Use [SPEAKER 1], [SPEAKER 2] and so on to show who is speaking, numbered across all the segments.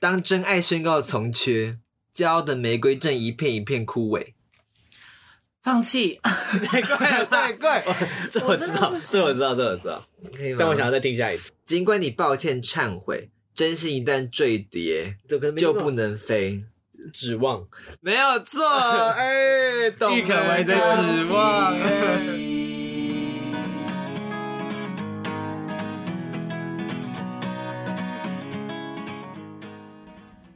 [SPEAKER 1] 当真爱宣告从缺，骄傲的玫瑰正一片一片枯萎。
[SPEAKER 2] 放弃，
[SPEAKER 1] 对，怪对怪，
[SPEAKER 3] 这我
[SPEAKER 2] 我
[SPEAKER 3] 知
[SPEAKER 2] 真的
[SPEAKER 3] 道
[SPEAKER 2] 不，行
[SPEAKER 3] 这我知道，这我知道。
[SPEAKER 1] 可以吗？
[SPEAKER 3] 但我想要再听下一次，
[SPEAKER 1] 尽管你抱歉忏悔，真心一旦坠跌
[SPEAKER 3] 这个没听
[SPEAKER 1] 就
[SPEAKER 3] 过
[SPEAKER 1] 不能飞。
[SPEAKER 3] 指望。
[SPEAKER 1] 没有错，哎，懂
[SPEAKER 4] 郁可唯的指望。哎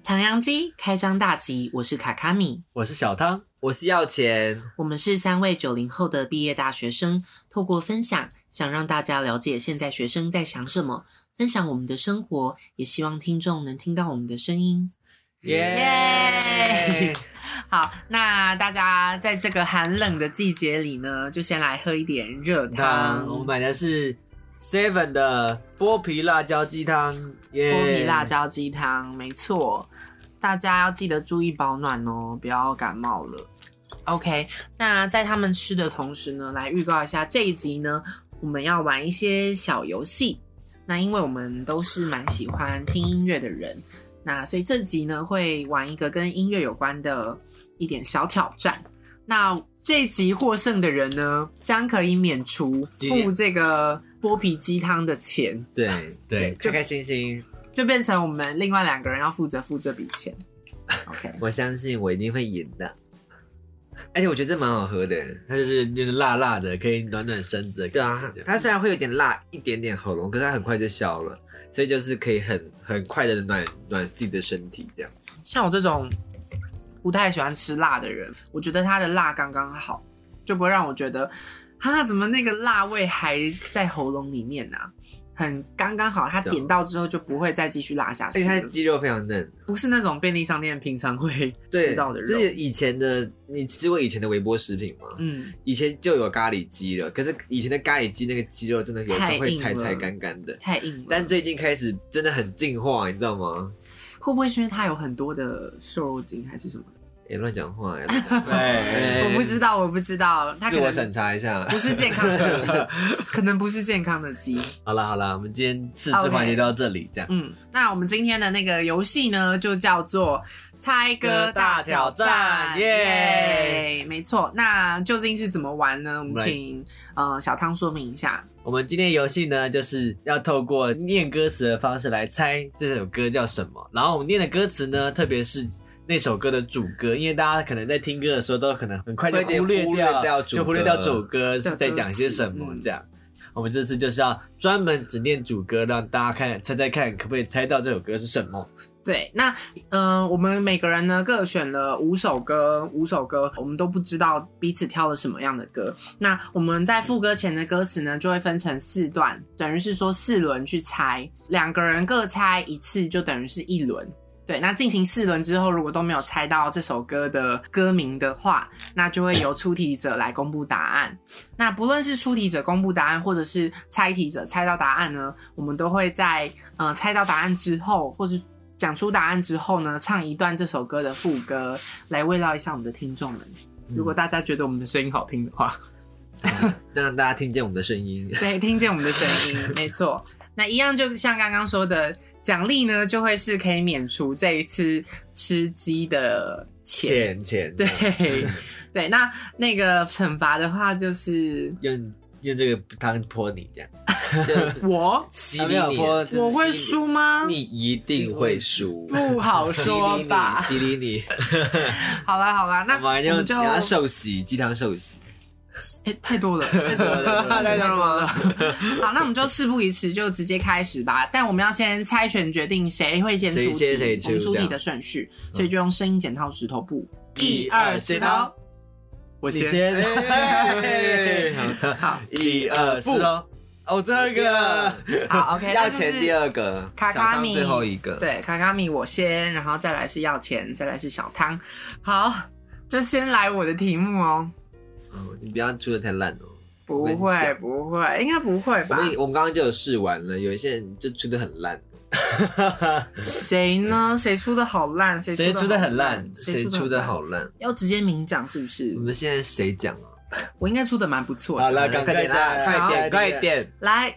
[SPEAKER 2] 唐扬鸡开张大吉，我是卡卡米，
[SPEAKER 3] 我是小汤，
[SPEAKER 1] 我是要钱，
[SPEAKER 2] 我们是三位九零后的毕业大学生，透过分享，想让大家了解现在学生在想什么，分享我们的生活，也希望听众能听到我们的声音。
[SPEAKER 1] 哎
[SPEAKER 2] 耶！ 好，那大家在这个寒冷的季节里呢，就先来喝一点热汤
[SPEAKER 3] 汤，，我买的是 Seven 的剥皮辣椒鸡汤，耶！
[SPEAKER 2] 波米辣椒鸡汤，没错，大家要记得注意保暖哦，不要感冒了。OK，那在他们吃的同时呢，来预告一下这一集呢，我们要玩一些小游戏。那因为我们都是蛮喜欢听音乐的人，那所以这集呢会玩一个跟音乐有关的一点小挑战。那这一集获胜的人呢，将可以免除付这个剥皮鸡汤的钱。
[SPEAKER 1] 对
[SPEAKER 3] 对
[SPEAKER 1] 开开心心。
[SPEAKER 2] 就变成我们另外两个人要负责付这笔钱。OK，
[SPEAKER 1] 我相信我一定会赢的，而且我觉得这蛮好喝的。
[SPEAKER 3] 它就是就是辣辣的，可以暖暖身子。
[SPEAKER 1] 对啊
[SPEAKER 3] 这，样
[SPEAKER 1] 它虽然会有点辣，一点点喉咙，可是它很快就消了，所以就是可以很很快的暖暖自己的身体，这样。
[SPEAKER 2] 像我这种不太喜欢吃辣的人，我觉得它的辣刚刚好，就不会让我觉得它怎么那个辣味还在喉咙里面啊，很刚刚好，它
[SPEAKER 1] 对啊哎
[SPEAKER 2] 点到之后就不会再继续辣下
[SPEAKER 1] 而且
[SPEAKER 2] 去
[SPEAKER 1] 它
[SPEAKER 2] 了
[SPEAKER 1] 的。鸡肉非常嫩，
[SPEAKER 2] 不是那种便利商店平常会
[SPEAKER 1] 对，
[SPEAKER 2] 吃到的肉
[SPEAKER 1] 就。是以前的，你吃过以前的微波食品吗？
[SPEAKER 2] 嗯，
[SPEAKER 1] 以前就有咖喱鸡了，可是以前的咖喱鸡那个鸡肉真的有时候会柴柴干干的，
[SPEAKER 2] 太硬了。
[SPEAKER 1] 但最近开始真的很进化，你知道 吗？
[SPEAKER 2] 会不会是因为它有很多的瘦肉精还是什么的？
[SPEAKER 1] 也乱讲话， 哎乱讲话
[SPEAKER 3] 对，
[SPEAKER 2] 我不知道，我不知道。它
[SPEAKER 1] 哎自
[SPEAKER 2] 可
[SPEAKER 1] 我
[SPEAKER 2] 能
[SPEAKER 1] 审查一下。
[SPEAKER 2] 不是健康 的鸡，可能不是健康的鸡。
[SPEAKER 3] 好了好了，我们今天试吃环节就到这里，这样。
[SPEAKER 2] 嗯，那我们今天的那个游戏呢，就叫做猜歌大挑战，
[SPEAKER 3] 歌大挑战耶
[SPEAKER 2] 耶！没错，那究竟是怎么玩呢？我们
[SPEAKER 3] Right
[SPEAKER 2] 请呃小汤说明一下。
[SPEAKER 3] 我们今天游戏呢，就是要透过念歌词的方式来猜这首歌叫什么。然后我们念的歌词呢，特别是那首歌的主歌，因为大家可能在听歌的时候都可能很快就
[SPEAKER 1] 会
[SPEAKER 3] 忽略
[SPEAKER 1] 忽略
[SPEAKER 3] 掉，
[SPEAKER 1] 掉主
[SPEAKER 3] 就忽略
[SPEAKER 1] 歌
[SPEAKER 3] 掉主歌是在讲些什么
[SPEAKER 2] 嗯
[SPEAKER 3] 这样。我们这次就是要专门只念主歌，让大家看猜猜看，可不可以猜到这首歌是什么？
[SPEAKER 2] 对，那嗯、呃我们每个人呢各选了五首歌，五首歌，我们都不知道彼此挑了什么样的歌。那我们在副歌前的歌词呢，就会分成四段，等于是说四轮去猜，两个人各猜一次，就等于是一轮。对，那进行四轮之后，如果都没有猜到这首歌的歌名的话，那就会由出题者来公布答案。那不论是出题者公布答案，或者是猜题者猜到答案呢，我们都会在呃猜到答案之后，或是讲出答案之后呢，唱一段这首歌的副歌，来慰劳一下我们的听众们。
[SPEAKER 3] 嗯
[SPEAKER 2] 如果大家觉得我们的声音好听的 话，
[SPEAKER 1] 让大家听见我们的声音。
[SPEAKER 2] 对，听见我们的声音，没错。那一样就像刚刚说的，奖励呢就会是可以免除这一次吃鸡的 钱。
[SPEAKER 3] 浅浅，
[SPEAKER 2] 对对，那那个惩罚的话就是
[SPEAKER 3] 用用这个汤泼你这样，
[SPEAKER 2] 我
[SPEAKER 1] 洗
[SPEAKER 3] 啊没
[SPEAKER 1] 礼
[SPEAKER 3] 有
[SPEAKER 1] 你，
[SPEAKER 3] 泼， 就是
[SPEAKER 2] 我会
[SPEAKER 3] 吸
[SPEAKER 2] 输吗？
[SPEAKER 1] 你一定会输。
[SPEAKER 2] 不好说 吧。
[SPEAKER 1] 洗礼你，洗礼
[SPEAKER 2] 好啦好啦，那
[SPEAKER 3] 我们就
[SPEAKER 2] 我们就
[SPEAKER 1] 你，你要受洗，鸡汤受洗。
[SPEAKER 2] 哎、太多了，太多了，太多了。 好，那我们就事不宜迟，就直接开始吧。但我们要先猜拳决定谁会先出题，
[SPEAKER 3] 谁先谁出
[SPEAKER 2] 我们出
[SPEAKER 3] 这
[SPEAKER 2] 题
[SPEAKER 3] 样
[SPEAKER 2] 的顺序，所以就用声音剪刀石头布，
[SPEAKER 1] 一
[SPEAKER 2] 一二
[SPEAKER 1] 二
[SPEAKER 2] 石
[SPEAKER 1] 石
[SPEAKER 2] 头
[SPEAKER 1] 头，
[SPEAKER 2] 我
[SPEAKER 3] 你先，
[SPEAKER 1] 哎
[SPEAKER 2] 好
[SPEAKER 3] 一二四哦，哦，我最后一
[SPEAKER 1] 第
[SPEAKER 3] 个
[SPEAKER 1] 二。
[SPEAKER 2] 好 OK，
[SPEAKER 1] 要
[SPEAKER 2] 那就是
[SPEAKER 1] 钱第二个，
[SPEAKER 2] 卡
[SPEAKER 1] 小
[SPEAKER 2] 卡
[SPEAKER 1] 汤
[SPEAKER 2] 米
[SPEAKER 1] 最后一个。
[SPEAKER 2] 对，卡卡米我先，然后再来是要钱，再来是小汤。好，就先来我的题目哦。
[SPEAKER 1] 哦，你不要出的太烂哦。
[SPEAKER 2] 不
[SPEAKER 1] 我跟你
[SPEAKER 2] 会
[SPEAKER 1] 讲
[SPEAKER 2] 不会，应该不会
[SPEAKER 1] 我
[SPEAKER 2] 吧？
[SPEAKER 1] 们我们刚刚就有试完了，有一些人就出的很烂，
[SPEAKER 2] 谁呢？谁出的好烂？谁
[SPEAKER 3] 谁
[SPEAKER 2] 的
[SPEAKER 3] 出得很烂
[SPEAKER 1] 谁出的？好嗯烂？
[SPEAKER 2] 要直接明讲是不是
[SPEAKER 1] 我？们现在谁讲啊？
[SPEAKER 2] 我应该出的蛮不错
[SPEAKER 3] 好
[SPEAKER 2] 的。
[SPEAKER 3] 了，
[SPEAKER 1] 快
[SPEAKER 3] 赶快
[SPEAKER 1] 点
[SPEAKER 3] 下
[SPEAKER 1] 啊，
[SPEAKER 3] 来
[SPEAKER 1] 快
[SPEAKER 2] 好
[SPEAKER 1] 点，快！点！
[SPEAKER 2] 来，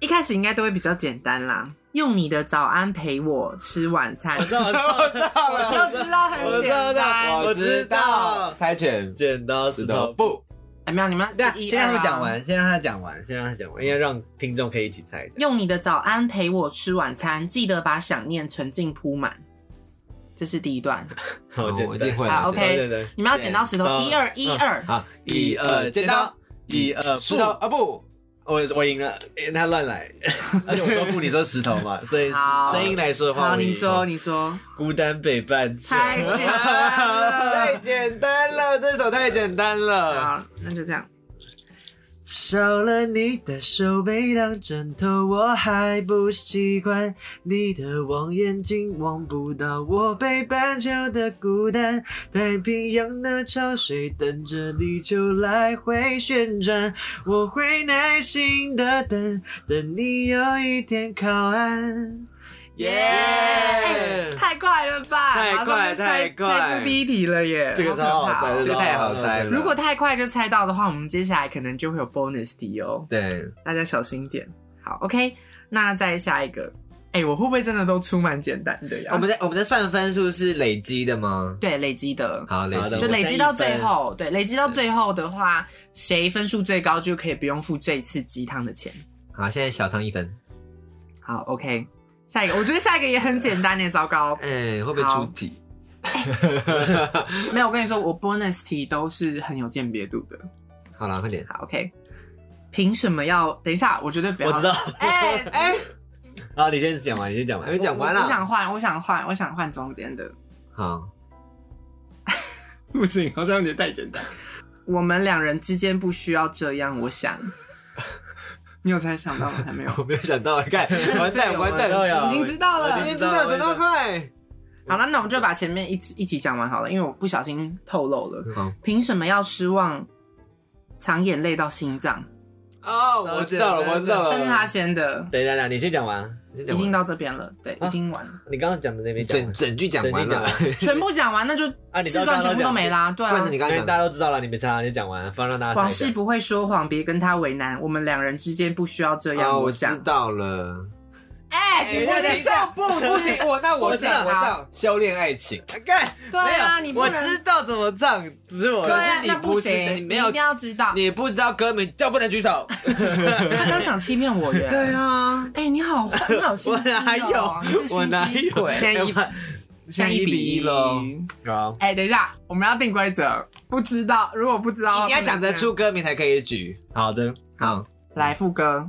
[SPEAKER 2] 一开始应该都会比较简单啦。用你的早安陪我吃晚餐，
[SPEAKER 3] 我知 道，我知道了，
[SPEAKER 2] 我都知道很简单。
[SPEAKER 3] 我知道，
[SPEAKER 1] 猜拳，
[SPEAKER 3] 剪刀石头布。
[SPEAKER 2] 哎，没有，你们
[SPEAKER 3] 对啊，
[SPEAKER 2] 一
[SPEAKER 3] 先让他们讲。
[SPEAKER 2] 二啊
[SPEAKER 3] 完，先让他讲完，先让他讲完，应该让听众可以一起猜一下。
[SPEAKER 2] 用你的早安陪我吃晚餐，记得把想念存进铺满。这是第一段，
[SPEAKER 3] 好，
[SPEAKER 1] 哦
[SPEAKER 3] 简
[SPEAKER 1] 我一
[SPEAKER 3] 单
[SPEAKER 1] 定。会
[SPEAKER 2] 好
[SPEAKER 1] 的。
[SPEAKER 2] ，OK
[SPEAKER 3] 对对，
[SPEAKER 2] 你们要剪刀石头，
[SPEAKER 3] 对嗯
[SPEAKER 2] 一二一二，
[SPEAKER 1] 好，
[SPEAKER 3] 一二剪刀，一二
[SPEAKER 1] 石头
[SPEAKER 3] 布。
[SPEAKER 1] 啊不，
[SPEAKER 3] 我我赢了，因为他乱来， 而且我说布，你说石头 嘛，所以
[SPEAKER 2] 好
[SPEAKER 3] 声音来说的话，
[SPEAKER 2] 好，
[SPEAKER 3] 我赢
[SPEAKER 2] 你
[SPEAKER 3] 了
[SPEAKER 2] 说，你说，
[SPEAKER 3] 孤单被伴奏，
[SPEAKER 2] 太简
[SPEAKER 3] 啊
[SPEAKER 2] 单
[SPEAKER 1] 太简单了，这首太简单
[SPEAKER 3] 嗯
[SPEAKER 1] 了。
[SPEAKER 2] 好，那就这样。
[SPEAKER 3] 少了你的手背当枕头，我还不习惯。你的望远镜望不到我北半球的孤单。太平洋的潮水等着地球来回旋转，我会耐心的等，等你有一天靠岸。
[SPEAKER 1] 耶
[SPEAKER 2] 哎太快了吧！
[SPEAKER 3] 太
[SPEAKER 2] 马上就
[SPEAKER 3] 快
[SPEAKER 2] 猜
[SPEAKER 3] 太快
[SPEAKER 2] 猜出第一题了耶！
[SPEAKER 3] 这个
[SPEAKER 2] 可
[SPEAKER 3] 超好
[SPEAKER 2] 怕
[SPEAKER 3] 猜，
[SPEAKER 2] 哦
[SPEAKER 1] 这个太好猜了
[SPEAKER 2] 如果太快就猜到的话，我们接下来可能就会有 bonus 题哦，
[SPEAKER 1] 对，
[SPEAKER 2] 大家小心点。好，OK，那再下一个。哎、我会不会真的都出蛮简单的呀？
[SPEAKER 1] 我们在我们在算分数是累积的吗？
[SPEAKER 2] 对累积的，
[SPEAKER 1] 好，累积
[SPEAKER 3] 好
[SPEAKER 2] 就
[SPEAKER 3] 的
[SPEAKER 2] 累积到最后，对，累积到最后的话，谁分数最高就可以不用付这一次鸡汤的钱。
[SPEAKER 1] 好，现在小汤一分。
[SPEAKER 2] 好，OK，下一个，我觉得下一个也很简单耶，糟 糕，
[SPEAKER 1] 嗯，会不会
[SPEAKER 2] 好
[SPEAKER 1] 出题？
[SPEAKER 2] 没有，我跟你说，我 bonus 题都是很有鉴别度的。
[SPEAKER 1] 好了，快点。
[SPEAKER 2] 好，OK，凭什么要？等一下，我绝对不要。
[SPEAKER 3] 我知道，
[SPEAKER 2] 哎哎，
[SPEAKER 3] 好，你先讲完，你先讲
[SPEAKER 1] 还没
[SPEAKER 3] 完。
[SPEAKER 1] 讲完
[SPEAKER 2] 我
[SPEAKER 1] 啦。
[SPEAKER 2] 想换，我想换，我想换中间的。
[SPEAKER 1] 好，
[SPEAKER 2] 不行，好像有点太简单。我们两人之间不需要这样，我想。你有猜想到吗？还没有。
[SPEAKER 3] 我没有想到， 看完
[SPEAKER 2] 这个
[SPEAKER 3] 蛋
[SPEAKER 2] 有
[SPEAKER 3] 完蛋，
[SPEAKER 2] 问
[SPEAKER 3] 了
[SPEAKER 2] 已经知道了
[SPEAKER 1] 已
[SPEAKER 3] 已
[SPEAKER 1] 经
[SPEAKER 3] 经
[SPEAKER 1] 知
[SPEAKER 3] 知
[SPEAKER 1] 道，
[SPEAKER 3] 道
[SPEAKER 1] 等
[SPEAKER 3] 等
[SPEAKER 1] 到
[SPEAKER 3] 到
[SPEAKER 1] 快。
[SPEAKER 2] 好了，那我就把前面一起一起讲完好了，因为我不小心透露了。
[SPEAKER 1] 好，
[SPEAKER 2] 凭什么要失望，藏眼泪到心脏？
[SPEAKER 1] 哦，
[SPEAKER 3] 我知道了我知道
[SPEAKER 1] 呃
[SPEAKER 3] 了
[SPEAKER 2] 但是他先的，
[SPEAKER 3] 等一下，等一下，你先讲完。
[SPEAKER 2] 已经到这边了，对，已经完了，
[SPEAKER 3] 你刚刚讲的那边讲
[SPEAKER 1] 整
[SPEAKER 3] 完，
[SPEAKER 1] 整句讲完了，
[SPEAKER 2] 全部讲完，那就
[SPEAKER 3] 啊你
[SPEAKER 2] 四
[SPEAKER 3] 到
[SPEAKER 2] 段
[SPEAKER 3] 刚刚
[SPEAKER 2] 全部都
[SPEAKER 3] 讲
[SPEAKER 2] 没啦。
[SPEAKER 1] 不
[SPEAKER 2] 对啊，
[SPEAKER 1] 然你刚
[SPEAKER 3] 因为
[SPEAKER 1] 刚
[SPEAKER 3] 大
[SPEAKER 1] 讲
[SPEAKER 3] 家都知道了，你没差，你讲完，放让大家猜
[SPEAKER 2] 往
[SPEAKER 3] 一下
[SPEAKER 2] 事不会说谎，别跟他为难。我们两人之间不需要这样。
[SPEAKER 1] 哦，我知
[SPEAKER 2] 想，
[SPEAKER 1] 道了。
[SPEAKER 2] 哎、你不
[SPEAKER 3] 哎
[SPEAKER 2] 能这样，不
[SPEAKER 1] 不
[SPEAKER 2] 知
[SPEAKER 1] 行，我那我
[SPEAKER 2] 我
[SPEAKER 1] 知
[SPEAKER 2] 知
[SPEAKER 1] 道，
[SPEAKER 2] 道
[SPEAKER 1] 我知道，修炼爱情。
[SPEAKER 3] 哎干，
[SPEAKER 2] 对啊
[SPEAKER 3] 没有
[SPEAKER 2] 你不能
[SPEAKER 3] 我知道怎么唱，只是我
[SPEAKER 2] 对啊，
[SPEAKER 1] 可是你
[SPEAKER 2] 那
[SPEAKER 1] 不
[SPEAKER 2] 行，
[SPEAKER 1] 知
[SPEAKER 2] 你
[SPEAKER 1] 没
[SPEAKER 2] 一
[SPEAKER 1] 有
[SPEAKER 2] 定要知道。
[SPEAKER 1] 你不知道歌名就不能举 手。
[SPEAKER 2] 他刚想欺 骗我耶。对啊，
[SPEAKER 1] 啊，
[SPEAKER 2] 哎、你好，你好心
[SPEAKER 3] 啊我
[SPEAKER 2] 机
[SPEAKER 3] 哪
[SPEAKER 2] 哦、你这
[SPEAKER 3] 有，我
[SPEAKER 2] 心
[SPEAKER 3] 哪
[SPEAKER 2] 机
[SPEAKER 3] 有？
[SPEAKER 2] 鬼。
[SPEAKER 1] 现在一
[SPEAKER 2] 现在
[SPEAKER 1] 一比一喽。
[SPEAKER 3] 好，
[SPEAKER 2] 哎、等一下，我们要定规则。不知道，如果不知道，
[SPEAKER 1] 你要讲得出。歌名才可以举。
[SPEAKER 3] 好的。
[SPEAKER 1] 好，
[SPEAKER 2] 来副歌，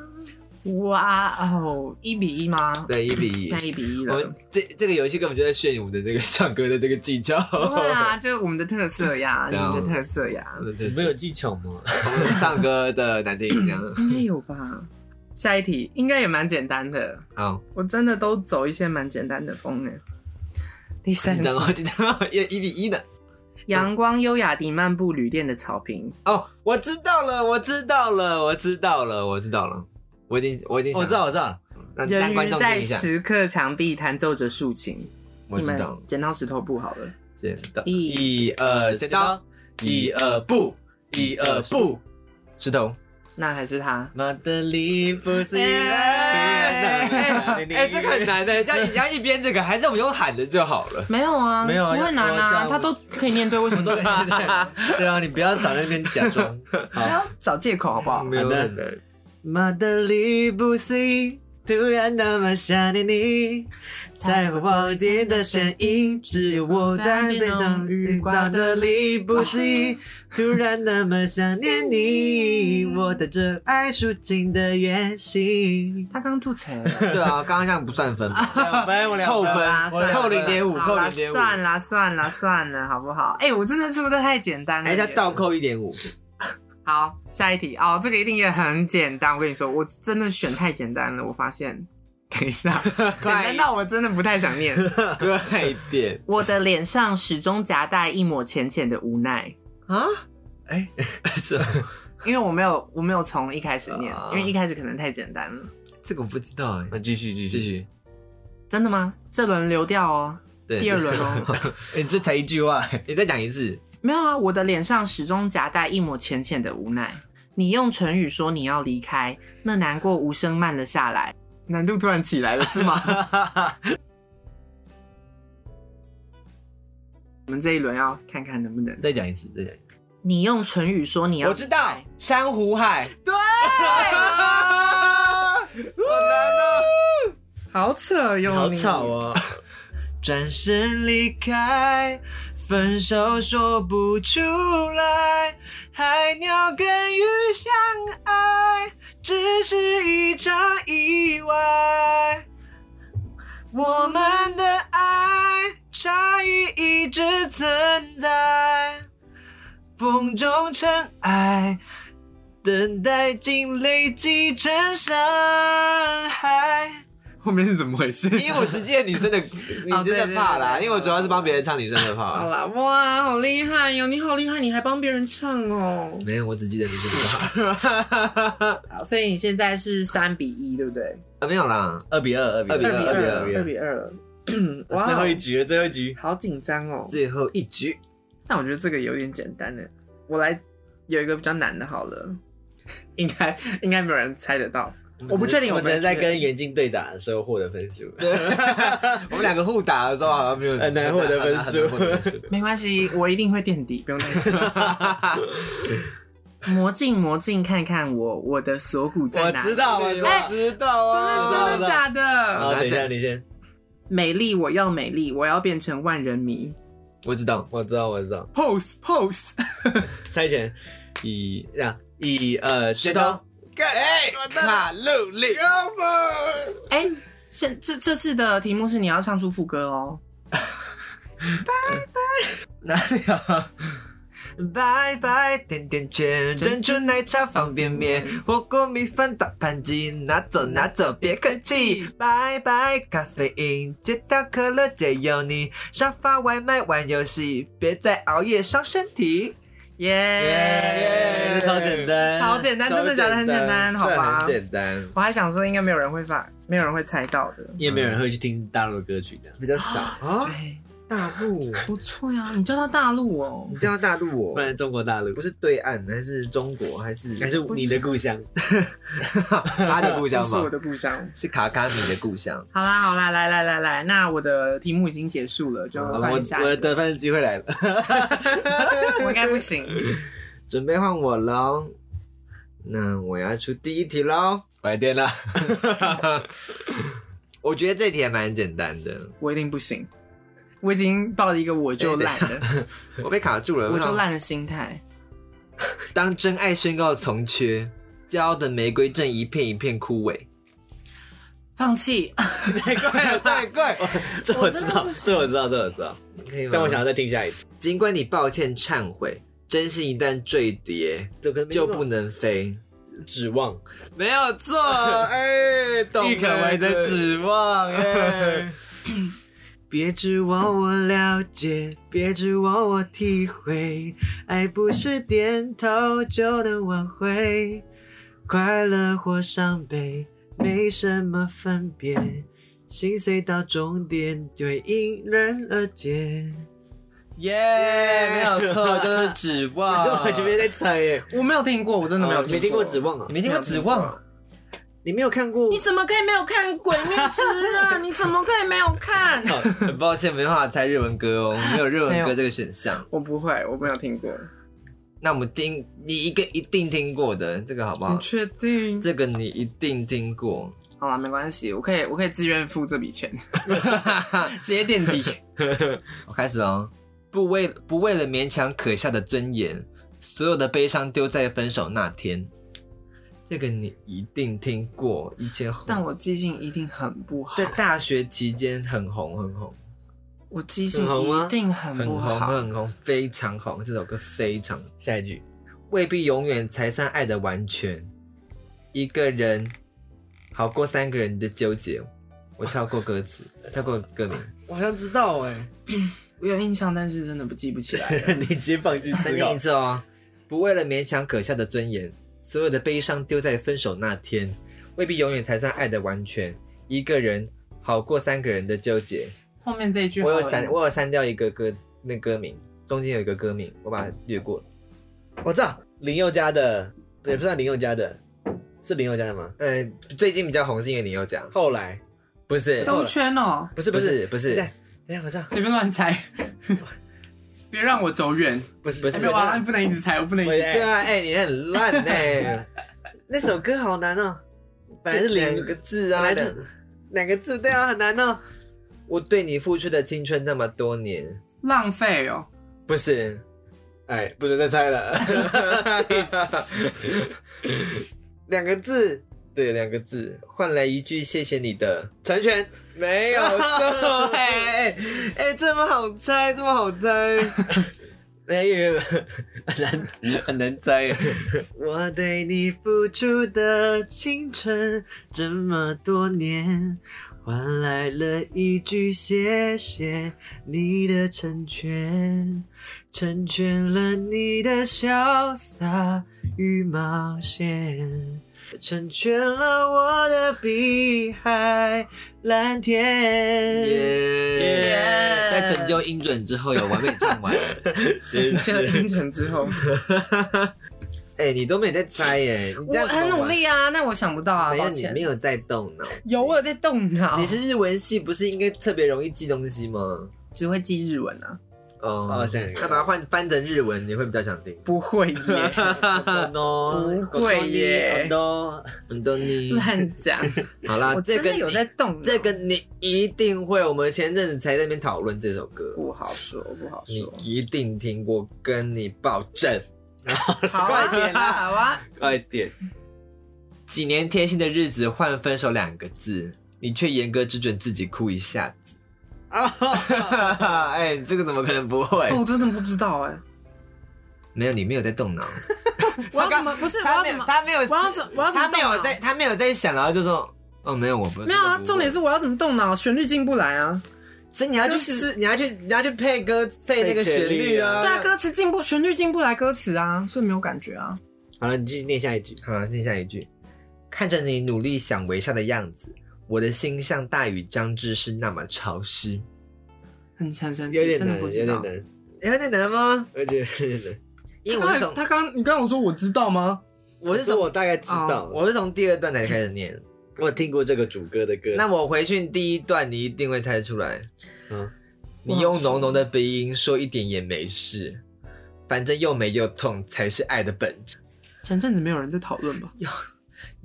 [SPEAKER 2] 哇哦，一比一吗？
[SPEAKER 1] 对，一比一
[SPEAKER 2] 现。在一比一
[SPEAKER 1] 我
[SPEAKER 2] 了
[SPEAKER 1] 们。这这个游戏根本就在炫耀我们的这个唱歌的这个技巧。
[SPEAKER 2] 对啊，就是我们的特色呀，你
[SPEAKER 1] 对啊
[SPEAKER 2] 们的特色呀。
[SPEAKER 1] 你
[SPEAKER 3] 们有技巧吗？
[SPEAKER 1] 我们唱歌的难听这样。
[SPEAKER 2] 应该有吧。下一题应该也蛮简单的，
[SPEAKER 1] 好，
[SPEAKER 2] 我真的都走一些蛮简单的风哎。第三
[SPEAKER 1] 紧
[SPEAKER 2] 题
[SPEAKER 1] 张，哦，紧张哦，一一比一的。
[SPEAKER 2] 阳光优雅地漫步旅店的草坪，
[SPEAKER 1] 哦，我知道了，我知道了，我知道了，我知道了，我已经我已经想
[SPEAKER 3] 我知道，，我知道，
[SPEAKER 1] 让
[SPEAKER 2] 人
[SPEAKER 1] 让观
[SPEAKER 2] 鱼
[SPEAKER 1] 众听
[SPEAKER 2] 在
[SPEAKER 1] 一下。
[SPEAKER 2] 石刻墙壁弹奏着竖琴。
[SPEAKER 1] 我
[SPEAKER 2] 你
[SPEAKER 1] 知
[SPEAKER 2] 们
[SPEAKER 1] 道，
[SPEAKER 2] 剪刀石头布好了，
[SPEAKER 1] 剪刀，
[SPEAKER 2] 一
[SPEAKER 1] 一二呃剪刀，呃一二步，一二步，石头。
[SPEAKER 2] 那还是他。
[SPEAKER 3] 马德里不是
[SPEAKER 2] 哎
[SPEAKER 1] 哎，这个很难的，要要一边这个，还是我们用喊的就好 了。
[SPEAKER 2] 没有啊，
[SPEAKER 3] 没有啊
[SPEAKER 2] 不会难
[SPEAKER 3] 要这
[SPEAKER 2] 啊，
[SPEAKER 3] 样
[SPEAKER 2] 他都可以念对，为什么 都
[SPEAKER 3] 对啊，你不要找那边假装。
[SPEAKER 2] 不要找借口好不好？
[SPEAKER 1] 没有很
[SPEAKER 3] 的。马德里不是突然那么想念你，在我房间的声音，只有我在被场遇。马德里不是突然那么想念你，我带着爱抒情的远行。
[SPEAKER 2] 他刚吐槽 了。
[SPEAKER 1] 对啊，刚刚这样不算分吧，
[SPEAKER 3] 两分，我
[SPEAKER 1] 扣分
[SPEAKER 2] 啦，
[SPEAKER 1] 我呃
[SPEAKER 2] 算
[SPEAKER 1] 扣
[SPEAKER 2] 了
[SPEAKER 1] 零点五，
[SPEAKER 2] 好
[SPEAKER 1] 扣
[SPEAKER 2] 啦
[SPEAKER 1] 零点五，
[SPEAKER 2] 算啦算啦算了，好不好？哎、我真的出的太简单了
[SPEAKER 1] 还
[SPEAKER 2] 耶。
[SPEAKER 1] 要倒扣一点五。
[SPEAKER 2] 好，下一题哦，这个一定也很简单。我跟你说，我真的选太简单了，我发现。等一 下，简单到我真的不太想 念。
[SPEAKER 1] 快一点！
[SPEAKER 5] 我的脸上始终夹带一抹浅浅的无奈，
[SPEAKER 2] 啊，
[SPEAKER 3] 哎，这
[SPEAKER 2] 因为我没有，我没有从一开始念，因为一开始可能太简单了。
[SPEAKER 1] 这个我不知道哎、
[SPEAKER 3] 那继续继续
[SPEAKER 1] 继，续，
[SPEAKER 2] 真的吗？这轮流掉哦，
[SPEAKER 1] 对，
[SPEAKER 2] 第二 轮哦。
[SPEAKER 3] 哎，这才一句话，哎
[SPEAKER 1] 你再讲一次，
[SPEAKER 2] 没有啊，我的脸上始终夹带一抹浅浅的无奈。你用唇语说你要离开，那难过无声慢了下来，难度突然起来了是 吗？我们这一轮要看看能不能。
[SPEAKER 3] 再讲一次，再讲一次。
[SPEAKER 2] 你用唇语说你要，
[SPEAKER 4] 我知道珊瑚海，
[SPEAKER 2] 对，
[SPEAKER 1] 哦
[SPEAKER 2] 好扯哟，
[SPEAKER 3] 好吵！哦！转身离开，分手说不出来，海鸟跟鱼相爱，只是一场意外。我们的爱差异一直存在，风中尘埃，等待竟累积成伤害。
[SPEAKER 1] 后面是怎么回事？因为我只记得女 生的，你真的怕啦，
[SPEAKER 2] 哦对对对
[SPEAKER 1] 因为我主要是帮别人唱女生的
[SPEAKER 2] 好
[SPEAKER 1] 怕。
[SPEAKER 2] 啦，哇，好厉害哟、你好厉害，你还帮别人唱哦。
[SPEAKER 1] 没有，我只记得女生的 怕
[SPEAKER 2] 好，所以你现在是三比一，对不对？
[SPEAKER 1] 啊，没有啦，
[SPEAKER 3] 二比二，二比
[SPEAKER 1] 二比
[SPEAKER 2] 二
[SPEAKER 1] 比
[SPEAKER 2] 二，
[SPEAKER 1] 二
[SPEAKER 2] 比二了。哇，
[SPEAKER 3] 最后一局了，最后一局。
[SPEAKER 2] 好紧张哦。
[SPEAKER 1] 最后一局，
[SPEAKER 2] 但我觉得这个有点简单的，我来有一个比较难的好了， 应该应该没有人猜得到。我不确定，
[SPEAKER 3] 我
[SPEAKER 2] 不
[SPEAKER 3] 只能在
[SPEAKER 2] 确定
[SPEAKER 3] 跟眼镜对打的时候获得分数。
[SPEAKER 1] 我们两个互打的时候好像没有
[SPEAKER 3] 很呃难获得分数
[SPEAKER 1] 很难获得分数
[SPEAKER 2] 没关系，我一定会垫底，不用担心。魔镜魔镜，看看我我的锁骨在
[SPEAKER 3] 我
[SPEAKER 2] 哪？
[SPEAKER 3] 知，道，我知道
[SPEAKER 1] 我知道啊，
[SPEAKER 2] 真的真的假的？
[SPEAKER 3] 好，等一下，你先。
[SPEAKER 2] 美丽，我要美丽，我要变成万人迷。
[SPEAKER 1] 我知道，
[SPEAKER 3] 我知道，我知道。
[SPEAKER 2] Pose pose，
[SPEAKER 3] 猜拳，一，这样，一二，
[SPEAKER 1] 石
[SPEAKER 3] 呃剪
[SPEAKER 1] 头
[SPEAKER 3] 刀。，
[SPEAKER 1] 哎，卡路里，
[SPEAKER 2] 哎、现这这次的题目是你要唱出副歌哦。
[SPEAKER 3] 哪里啊？拜拜，甜甜圈，珍珠奶茶、方便面、火锅、米饭、大盘鸡，拿走拿走，别客气。拜拜，咖啡因，戒掉可乐，戒油腻，沙发外卖玩游戏，别再熬夜伤身体。
[SPEAKER 2] 耶、
[SPEAKER 3] 耶，超简单，
[SPEAKER 2] 哎超简单，真的假的很简单，好吧
[SPEAKER 1] 很？简单，
[SPEAKER 2] 我还想说，应该没有人会发，没有人会猜到的。
[SPEAKER 3] 也没有人会去听大陆的歌曲的，
[SPEAKER 1] 比较少啊。
[SPEAKER 2] 哎，
[SPEAKER 1] 大陆，
[SPEAKER 2] 不错呀，你叫他大陆哦
[SPEAKER 1] 你。叫大陆
[SPEAKER 3] 不
[SPEAKER 1] 哦，
[SPEAKER 3] 然中国大陆
[SPEAKER 1] 不是对岸，还是中国，还是
[SPEAKER 3] 还是你的故乡。
[SPEAKER 1] 他的故乡
[SPEAKER 2] 不是我
[SPEAKER 1] 吗？
[SPEAKER 2] 的故乡。
[SPEAKER 1] 是卡卡米的故乡。
[SPEAKER 2] 好啦好啦，来来来来，那我的题目已经结束了，就
[SPEAKER 3] 好了，我
[SPEAKER 2] 换下一
[SPEAKER 3] 我的
[SPEAKER 2] 个。
[SPEAKER 3] 得分机会来了，
[SPEAKER 2] 我应该不行。
[SPEAKER 1] 准备换我喽。那我要出第一题喽。
[SPEAKER 3] 晚点了。
[SPEAKER 1] 我觉得这题还蛮简单的，
[SPEAKER 2] 我一定不行。我已经抱着一个我就烂 了，
[SPEAKER 1] 我被卡住了。
[SPEAKER 2] 我就。烂的心态。
[SPEAKER 1] 当真爱宣告从缺，骄傲的玫瑰正一片一片枯萎。
[SPEAKER 2] 放弃，
[SPEAKER 3] 太快了，太快！ 这我知道，这我知道，这我知道。
[SPEAKER 1] 可 以吗？
[SPEAKER 3] 但我想要再听下一次，
[SPEAKER 1] 尽管你抱歉忏悔，真心一旦坠跌
[SPEAKER 3] 这可能没啊
[SPEAKER 1] 就
[SPEAKER 3] 那么
[SPEAKER 1] 不能飞。
[SPEAKER 3] 指望，
[SPEAKER 1] 没有 错，哎，懂了
[SPEAKER 3] 郁可唯的指望。哎 别指望我了解，别指望我体会，爱不是点头就能挽回，快乐或伤悲没什么分别，心碎到终点就会迎刃而解。
[SPEAKER 1] 耶没有错，就是指望。
[SPEAKER 3] 在猜耶，
[SPEAKER 2] 我没有听过，我真的没有
[SPEAKER 3] 哦啊你没听过指望啊
[SPEAKER 1] 你没听过指
[SPEAKER 2] 没有
[SPEAKER 1] 望
[SPEAKER 2] 听？
[SPEAKER 3] 你没有看过
[SPEAKER 2] 你怎么可以没有看《鬼灭之 刃》？你怎么可以没有看？
[SPEAKER 1] 很抱歉，没办法猜日文歌哦，没有日文歌这个选项。
[SPEAKER 2] 我不会，我没有听过。
[SPEAKER 1] 那我们听你一个一定听过的这个好不好
[SPEAKER 2] 你？确定？
[SPEAKER 1] 这个你一定听 过，
[SPEAKER 2] 好了，没关系，我可以，我可以自愿付这笔钱， 直接垫 底。
[SPEAKER 1] 我开始哦。不为不为了勉强可笑的尊严，所有的悲伤丢在分手那天。这个你一定听过，以前红
[SPEAKER 2] 但我记性一定很不好
[SPEAKER 1] 在，大学期间很红很红，
[SPEAKER 2] 我记性
[SPEAKER 3] 很红吗
[SPEAKER 2] 一定很
[SPEAKER 1] 很
[SPEAKER 2] 不
[SPEAKER 1] 红
[SPEAKER 2] 好。
[SPEAKER 1] 很红，非常红。这首歌非常红
[SPEAKER 3] 下一句？
[SPEAKER 1] 未必永远才算爱的完全。一个人好过三个人的纠结，我跳过歌词，跳过歌 名。
[SPEAKER 3] 我好像知道哎、
[SPEAKER 2] 我有印象，但是真的不记不起来了。
[SPEAKER 3] 你直接放弃
[SPEAKER 1] 再
[SPEAKER 3] 思
[SPEAKER 1] 念
[SPEAKER 3] 考
[SPEAKER 1] 一。次哦。不为了勉强可笑的尊严，所有的悲伤丢在分手那天，未必永远才算爱的完全。一个人好过三个人的纠结。
[SPEAKER 2] 后面这一句
[SPEAKER 1] 我有
[SPEAKER 2] 好
[SPEAKER 1] 删，我有删掉一个歌，那歌名中间有一个歌名，我把它略过了。
[SPEAKER 3] 我知道林宥嘉的，也不算林宥嘉的，是林宥嘉的吗？
[SPEAKER 1] 呃，最近比较红是因为你有讲，
[SPEAKER 3] 后来
[SPEAKER 1] 不是，
[SPEAKER 2] 兜圈哦，
[SPEAKER 3] 不是
[SPEAKER 1] 不
[SPEAKER 3] 不是
[SPEAKER 1] 是，不
[SPEAKER 3] 对
[SPEAKER 1] 是，，
[SPEAKER 3] 等一下好像
[SPEAKER 2] 随便乱猜， 别让我 走远。
[SPEAKER 3] 不是
[SPEAKER 1] 不是
[SPEAKER 2] 哎没有啊， 不能一直猜，我不能一
[SPEAKER 3] 我
[SPEAKER 2] 直。
[SPEAKER 1] 对
[SPEAKER 3] 哎
[SPEAKER 1] 啊，哎，你很烂 呢，
[SPEAKER 3] 那首歌好难哦，本来是
[SPEAKER 1] 两
[SPEAKER 3] 林
[SPEAKER 1] 个字
[SPEAKER 3] 本
[SPEAKER 1] 啊
[SPEAKER 3] 来，是两个字，对啊，很难哦。
[SPEAKER 1] 我对你付出的青春那么多年，
[SPEAKER 2] 浪费哦，
[SPEAKER 1] 不是，
[SPEAKER 3] 哎，不准再猜 了，两个字，
[SPEAKER 1] 对，两个字换来一句谢谢你的，
[SPEAKER 3] 成全。
[SPEAKER 1] 没有错，哎哎哎，这么好猜，这么好猜，
[SPEAKER 3] 哎呦，很难很难猜耶。我对你付出的青春这么多年，换来了一句谢谢你的成全，成全了你的潇洒与冒险，成全了我的碧海蓝天。
[SPEAKER 1] 耶！
[SPEAKER 2] 耶
[SPEAKER 1] 在拯救音准之后，有完美唱 完。
[SPEAKER 2] 剩下音程之 后，
[SPEAKER 1] 哎，你都没有在猜耶，你这
[SPEAKER 2] 我
[SPEAKER 1] 样
[SPEAKER 2] 很
[SPEAKER 1] 怎么
[SPEAKER 2] 努
[SPEAKER 1] 玩，
[SPEAKER 2] 力啊，但我想不到啊，
[SPEAKER 1] 没有
[SPEAKER 2] 抱
[SPEAKER 1] 你
[SPEAKER 2] 歉哦
[SPEAKER 1] 没。有在动脑。
[SPEAKER 2] 有我有在动脑，
[SPEAKER 1] 你是日文系，不是应该特别容易记东西吗？
[SPEAKER 2] 只会记日文啊？
[SPEAKER 1] 哦
[SPEAKER 3] 这样
[SPEAKER 1] 那把它换翻成日文，你会比较想听。
[SPEAKER 2] 不会耶， 不会耶
[SPEAKER 1] 哦很哦多 你
[SPEAKER 2] 乱讲。
[SPEAKER 1] 好啦
[SPEAKER 2] 我，
[SPEAKER 1] 啊这
[SPEAKER 2] 真
[SPEAKER 1] 个
[SPEAKER 2] 的有
[SPEAKER 1] 你
[SPEAKER 2] 在动脑，
[SPEAKER 1] 这个你一定会。我们前阵子才在那边讨论这首歌，
[SPEAKER 2] 不好说，不好
[SPEAKER 1] 你
[SPEAKER 2] 说。
[SPEAKER 1] 一定听过，跟你保证。
[SPEAKER 2] 好 啊，好啊，
[SPEAKER 3] 快点！
[SPEAKER 1] 几年贴心的日子换分手两个字，你却严格只准自己哭一下子。 啊！哎，这个怎么可能不会？
[SPEAKER 2] 哦我真的不知道哎，
[SPEAKER 1] 没有，你没有在动脑。
[SPEAKER 2] 我要怎么？不是我要怎么？
[SPEAKER 1] 他没有，
[SPEAKER 2] 我要怎我要怎么
[SPEAKER 1] 他没
[SPEAKER 2] 动
[SPEAKER 1] 有
[SPEAKER 2] 脑
[SPEAKER 1] 在，他没有在想，然后就说，哦，没有，我不
[SPEAKER 2] 没有啊，重点
[SPEAKER 1] 是，
[SPEAKER 2] 是我要怎么动脑？旋律进不来啊。
[SPEAKER 1] 所以你要去试，你要去，你要去配歌，配那个旋律啊。
[SPEAKER 2] 对啊，歌词进不，旋律进不来歌词啊，所以没有感觉啊。
[SPEAKER 3] 好了，你继续念下一句。
[SPEAKER 1] 好，念下一句，看着你努力想微笑的样子，我的心像大雨将至是那么潮湿。
[SPEAKER 2] 很很神
[SPEAKER 3] 有
[SPEAKER 2] 奇，
[SPEAKER 3] 点
[SPEAKER 2] 真的
[SPEAKER 3] 难，
[SPEAKER 2] 不
[SPEAKER 3] 有
[SPEAKER 2] 知
[SPEAKER 3] 点
[SPEAKER 2] 道。
[SPEAKER 3] 难，
[SPEAKER 1] 有点难吗？
[SPEAKER 3] 我觉得有点难。
[SPEAKER 1] 因为我是从
[SPEAKER 2] 他刚你刚刚我说我知道吗？
[SPEAKER 1] 我是
[SPEAKER 3] 这
[SPEAKER 1] 从
[SPEAKER 3] 我大概知道，我
[SPEAKER 1] 我是从第二段才开始念，
[SPEAKER 3] 我听过这个主歌的歌。
[SPEAKER 1] 那我回去第一段你一定会猜出来。
[SPEAKER 3] 嗯
[SPEAKER 1] 你用浓浓的鼻音说一点也没事，反正又美又痛才是爱的本质。
[SPEAKER 2] 前阵子没有人在讨论吧？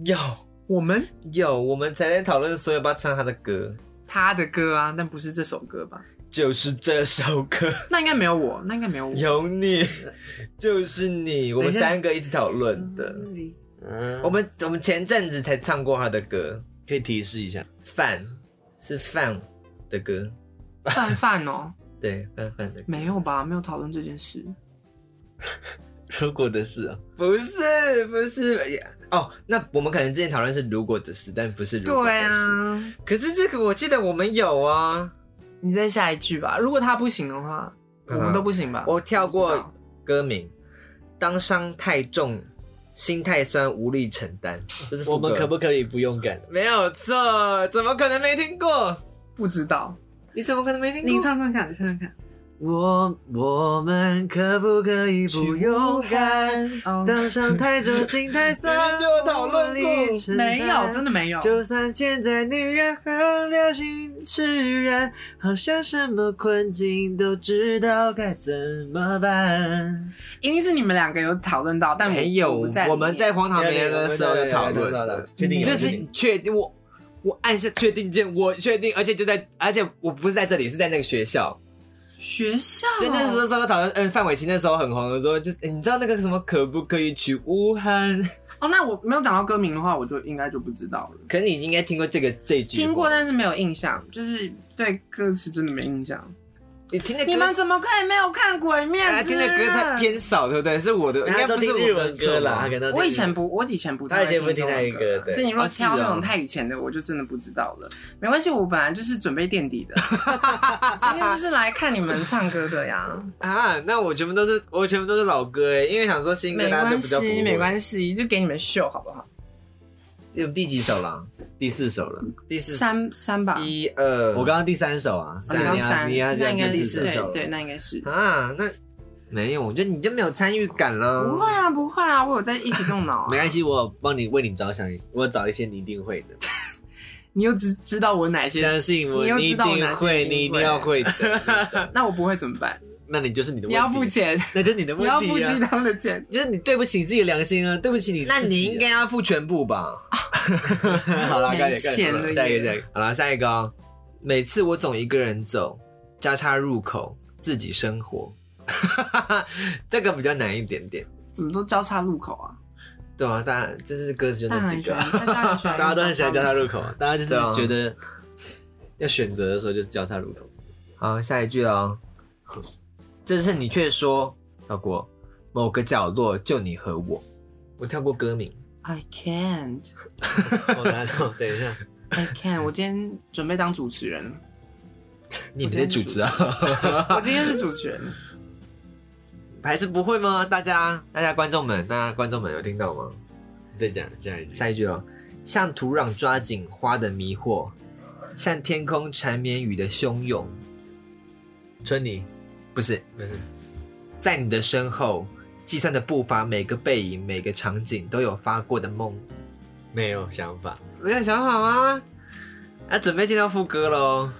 [SPEAKER 1] 有
[SPEAKER 2] 我们
[SPEAKER 1] 有，我们才在讨论说要不要唱他的歌，
[SPEAKER 2] 他的歌啊，但不是这首歌吧？
[SPEAKER 1] 就是这首歌
[SPEAKER 2] 那应该没有我，那应该没有我。
[SPEAKER 1] 有你， 就是你，我们
[SPEAKER 3] 等一下
[SPEAKER 1] 三个一起讨论的。
[SPEAKER 3] 嗯，
[SPEAKER 1] 我
[SPEAKER 3] 我们
[SPEAKER 1] 们我们前阵子才唱过他的歌，
[SPEAKER 3] 可以提示一下，
[SPEAKER 1] 范是范的歌，
[SPEAKER 2] 范范哦，
[SPEAKER 1] 对，范范的歌，
[SPEAKER 2] 没有吧？没有讨论这件事。
[SPEAKER 3] 如果的事啊，
[SPEAKER 1] 不是不是哦，那我们可能之前讨论是如果的事，但不是如果的
[SPEAKER 2] 对
[SPEAKER 1] 事。
[SPEAKER 2] 啊，
[SPEAKER 1] 可是这个我记得我们有啊，
[SPEAKER 2] 你再下一句吧。如果他不行的话，我
[SPEAKER 1] 嗯
[SPEAKER 2] 们都不行吧？
[SPEAKER 1] 我跳
[SPEAKER 2] 不知道
[SPEAKER 1] 过歌名，当伤太重，心太酸，无力承担，就是副
[SPEAKER 3] 我
[SPEAKER 1] 歌
[SPEAKER 3] 们可不可以不用感？
[SPEAKER 1] 没有错？怎么可能没听过？
[SPEAKER 2] 不知道。
[SPEAKER 1] 你怎么可能没听
[SPEAKER 2] 你
[SPEAKER 1] 过？
[SPEAKER 2] 唱唱看，你唱唱看。
[SPEAKER 3] 我我们可不可以不用感？
[SPEAKER 2] 哦，
[SPEAKER 3] 当上太重，心太酸，
[SPEAKER 1] 你们就有讨论过
[SPEAKER 2] 没有，真的没有。
[SPEAKER 3] 就算现在女人很流行释然，好像什么困境都知道该怎么办。
[SPEAKER 2] 因为是你们两个有讨论到，但我
[SPEAKER 1] 没有，
[SPEAKER 2] 我不在里
[SPEAKER 1] 我
[SPEAKER 2] 面
[SPEAKER 1] 们在荒唐别人的时候有讨论的，
[SPEAKER 3] 确定有
[SPEAKER 1] 就是确定我。我按下确定键，我确定，而且就在，而且我不是在这里，是在那个学校。
[SPEAKER 2] 学校，
[SPEAKER 1] 所以那时候说讨论，嗯，范玮琪那时候很红的时候，就是你知道那个什么可不可以去武汉？
[SPEAKER 2] 哦，那我没有讲到歌名的话，我就应该就不知道了。
[SPEAKER 1] 可是你应该听过这个这一句话，
[SPEAKER 2] 听过，但是没有印象，就是对歌词真的没印象。
[SPEAKER 1] 你听的歌，
[SPEAKER 2] 你们怎么可以没有看《鬼啊灭
[SPEAKER 1] 大家
[SPEAKER 2] 之
[SPEAKER 1] 啊听
[SPEAKER 2] 刃
[SPEAKER 1] 的》？歌太偏少，对不对？是我的，应
[SPEAKER 3] 他
[SPEAKER 1] 该
[SPEAKER 3] 都
[SPEAKER 1] 不是
[SPEAKER 3] 听
[SPEAKER 1] 我
[SPEAKER 3] 日
[SPEAKER 1] 的
[SPEAKER 3] 文
[SPEAKER 1] 错
[SPEAKER 3] 歌啦，
[SPEAKER 1] 吧
[SPEAKER 3] 他可能都
[SPEAKER 2] 我以
[SPEAKER 3] 听日
[SPEAKER 2] 前不，我以前不
[SPEAKER 3] 他以前
[SPEAKER 2] 太
[SPEAKER 3] 不听
[SPEAKER 2] 中
[SPEAKER 3] 泰
[SPEAKER 2] 文
[SPEAKER 3] 语
[SPEAKER 2] 歌
[SPEAKER 3] 歌对
[SPEAKER 2] 所以你如
[SPEAKER 1] 哦
[SPEAKER 2] 果
[SPEAKER 1] 是
[SPEAKER 2] 挑那
[SPEAKER 1] 哦
[SPEAKER 2] 种太以前的，我就真的不知道了。没关系，我本来就是准备垫底 的，今天就是来看你们唱歌的呀。
[SPEAKER 1] 啊，那我全部都是我全部都是老歌哎，因为想说新歌
[SPEAKER 2] 没
[SPEAKER 1] 大家都
[SPEAKER 2] 关
[SPEAKER 1] 比较不
[SPEAKER 2] 系，
[SPEAKER 1] 会。
[SPEAKER 2] 没关系，就给你们秀好不好？
[SPEAKER 1] 系，有第几首了？
[SPEAKER 3] 第四首了，
[SPEAKER 1] 第四
[SPEAKER 2] 三三吧，
[SPEAKER 1] 一二，
[SPEAKER 3] 我刚刚第三首啊，
[SPEAKER 2] 哦你
[SPEAKER 1] 刚
[SPEAKER 3] 你要
[SPEAKER 2] 三，
[SPEAKER 3] 你要
[SPEAKER 2] 那应
[SPEAKER 3] 讲
[SPEAKER 2] 该
[SPEAKER 1] 第
[SPEAKER 3] 第
[SPEAKER 1] 四
[SPEAKER 3] 四
[SPEAKER 2] 是
[SPEAKER 1] 首
[SPEAKER 3] 首，
[SPEAKER 2] 对对，那应该是。
[SPEAKER 1] 啊，那没有，我觉得你就没有参与感了。
[SPEAKER 2] 不会啊，不会啊，我有在一起动脑、啊。
[SPEAKER 3] 没关系，我有帮你为你着想，我找一些你一定会的，
[SPEAKER 2] 你又知知道我哪些，
[SPEAKER 3] 相信我，
[SPEAKER 2] 你又
[SPEAKER 3] 你一
[SPEAKER 2] 知道我哪
[SPEAKER 3] 定
[SPEAKER 2] 些
[SPEAKER 3] 会，
[SPEAKER 2] 一定
[SPEAKER 3] 你一定
[SPEAKER 2] 会
[SPEAKER 3] 要会的那种。
[SPEAKER 2] 那我不会怎么办？
[SPEAKER 3] 那你就是你的
[SPEAKER 2] 你
[SPEAKER 3] 问题，啊
[SPEAKER 2] 要付，钱，
[SPEAKER 3] 那就是你的
[SPEAKER 2] 你
[SPEAKER 3] 问
[SPEAKER 2] 要付鸡
[SPEAKER 3] 题啊，
[SPEAKER 2] 汤的钱。
[SPEAKER 3] 就是你对不起你自己的良心啊，对不起你自己啊。
[SPEAKER 1] 那你应该要付全部吧？
[SPEAKER 3] 好了，
[SPEAKER 2] 没
[SPEAKER 3] 快点，快
[SPEAKER 2] 钱
[SPEAKER 3] 点，
[SPEAKER 2] 了
[SPEAKER 3] 下一
[SPEAKER 2] 耶
[SPEAKER 3] 个，下一个。
[SPEAKER 1] 好了，下一个、哦。每次我总一个人走，交叉入口，自己生活。 这个比较难一点点。
[SPEAKER 2] 怎么都交叉路口啊？
[SPEAKER 1] 对啊，大家就是歌词就
[SPEAKER 2] 大家
[SPEAKER 1] 那
[SPEAKER 2] 很
[SPEAKER 1] 几
[SPEAKER 2] 喜
[SPEAKER 1] 个
[SPEAKER 2] 欢
[SPEAKER 1] 啊。，
[SPEAKER 2] 大家很喜欢，
[SPEAKER 3] 大家都很喜欢交叉
[SPEAKER 2] 路
[SPEAKER 3] 入口，大家就是
[SPEAKER 1] 对啊
[SPEAKER 3] 觉得要选择的时候就是交叉入 口。
[SPEAKER 1] 好，下一句哦。这是你却说跳过某个角落，就你和我。我跳过歌名，
[SPEAKER 2] 口。I can't,
[SPEAKER 3] 好难哦，等一下，
[SPEAKER 2] I can't。我今天准备当主持人，
[SPEAKER 1] 你直接主持啊？
[SPEAKER 2] 我今天是主持人。
[SPEAKER 1] 还是不会吗？大家，大家观众们，大家观众们有听到吗？
[SPEAKER 3] 再讲下一句。
[SPEAKER 1] 下一句哦，像土壤抓紧花的迷惑，像天空缠绵雨的汹涌，
[SPEAKER 3] 春妮，
[SPEAKER 1] 不是
[SPEAKER 3] 不是
[SPEAKER 1] 在你的身后，计算的步伐，每个背影，每个场景都有发过的梦。
[SPEAKER 3] 没有想法，
[SPEAKER 1] 没有想好吗？啊，准备进到副歌喽。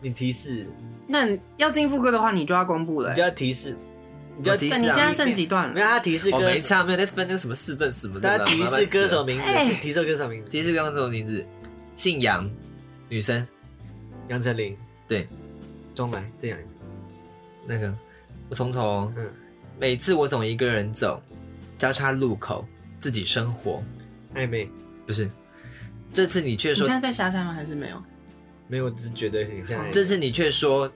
[SPEAKER 3] 你提示，
[SPEAKER 2] 那你要进副歌的话，你就要公布了、
[SPEAKER 3] 你
[SPEAKER 2] 欸
[SPEAKER 3] 就。要提示，你就要提
[SPEAKER 1] 我提
[SPEAKER 2] 那
[SPEAKER 1] 示
[SPEAKER 2] 你
[SPEAKER 3] 示。
[SPEAKER 1] 啊
[SPEAKER 2] 现在剩几段
[SPEAKER 3] 没有
[SPEAKER 2] 了？
[SPEAKER 3] 他提示
[SPEAKER 1] 我
[SPEAKER 3] 歌
[SPEAKER 1] 哦没
[SPEAKER 3] 手，
[SPEAKER 1] 差，没有在分那什么四顿什么的
[SPEAKER 3] 他
[SPEAKER 1] 啦。
[SPEAKER 3] 提
[SPEAKER 1] 麻烦
[SPEAKER 3] 示
[SPEAKER 1] 死
[SPEAKER 3] 歌手
[SPEAKER 1] 了，
[SPEAKER 3] 名字
[SPEAKER 2] 哎，
[SPEAKER 3] 提示歌手名字，
[SPEAKER 1] 提示歌手名字，姓杨，女生，
[SPEAKER 3] 杨丞琳，
[SPEAKER 1] 对，
[SPEAKER 3] 钟来，这样子，
[SPEAKER 1] 那个，我从头哦。
[SPEAKER 3] 嗯
[SPEAKER 1] 每次我总一个人走，交叉路口，自己生活，
[SPEAKER 3] 暧昧，
[SPEAKER 1] 不是。这次你却
[SPEAKER 2] 你
[SPEAKER 1] 说
[SPEAKER 2] 现，在在瞎猜吗？还是没有？
[SPEAKER 3] 没有，我只是觉得很像哎暧昧。
[SPEAKER 1] 这次你却说，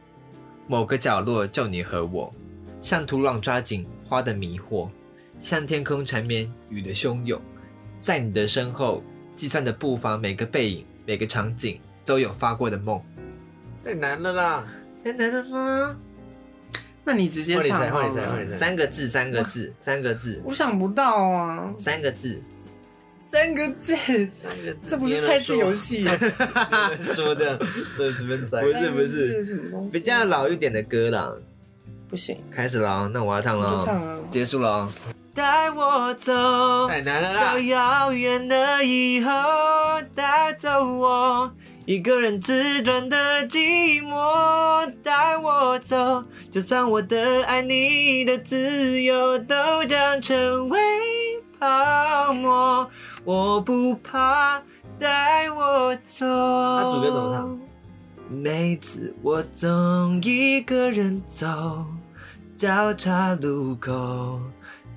[SPEAKER 1] 某个角落就你和我，像土壤抓紧花的迷惑，像天空缠绵雨的汹涌，在你的身后，计算着步伐，每个背影，每个场景都有发过的梦。
[SPEAKER 3] 太难了啦，
[SPEAKER 1] 太难了吗？
[SPEAKER 2] 那你直接
[SPEAKER 3] 换你
[SPEAKER 2] 唱
[SPEAKER 3] 猜
[SPEAKER 2] 好
[SPEAKER 3] 换你猜换
[SPEAKER 2] 了
[SPEAKER 3] 你。猜
[SPEAKER 1] 三个字，三个字，三个字，
[SPEAKER 2] 我想不到啊，
[SPEAKER 1] 三个字。
[SPEAKER 2] 三个字，
[SPEAKER 3] 三个字
[SPEAKER 2] 这不是猜字游，戏，
[SPEAKER 3] 别人说别人说这样，这随便猜，
[SPEAKER 1] 不
[SPEAKER 2] 三个字什么东西？啊
[SPEAKER 1] 比较老一点的歌啦，
[SPEAKER 2] 不行，
[SPEAKER 1] 开始了，啊那我要唱
[SPEAKER 2] 就
[SPEAKER 1] 了，
[SPEAKER 2] 唱啊。
[SPEAKER 3] 嗯
[SPEAKER 1] 结束了。哦带我走
[SPEAKER 3] 太难了
[SPEAKER 1] 到
[SPEAKER 3] 啦。
[SPEAKER 1] 遥远的以后，带走我一个人自转的寂寞，带我走，就算我的爱你的自由都将成为泡沫，我不怕，带我走。
[SPEAKER 3] 他
[SPEAKER 1] 他
[SPEAKER 3] 主歌怎么唱？
[SPEAKER 1] 每次我总一个人走，交叉路口，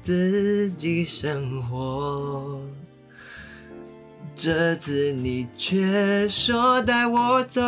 [SPEAKER 1] 自己生活。这次你却说带我走，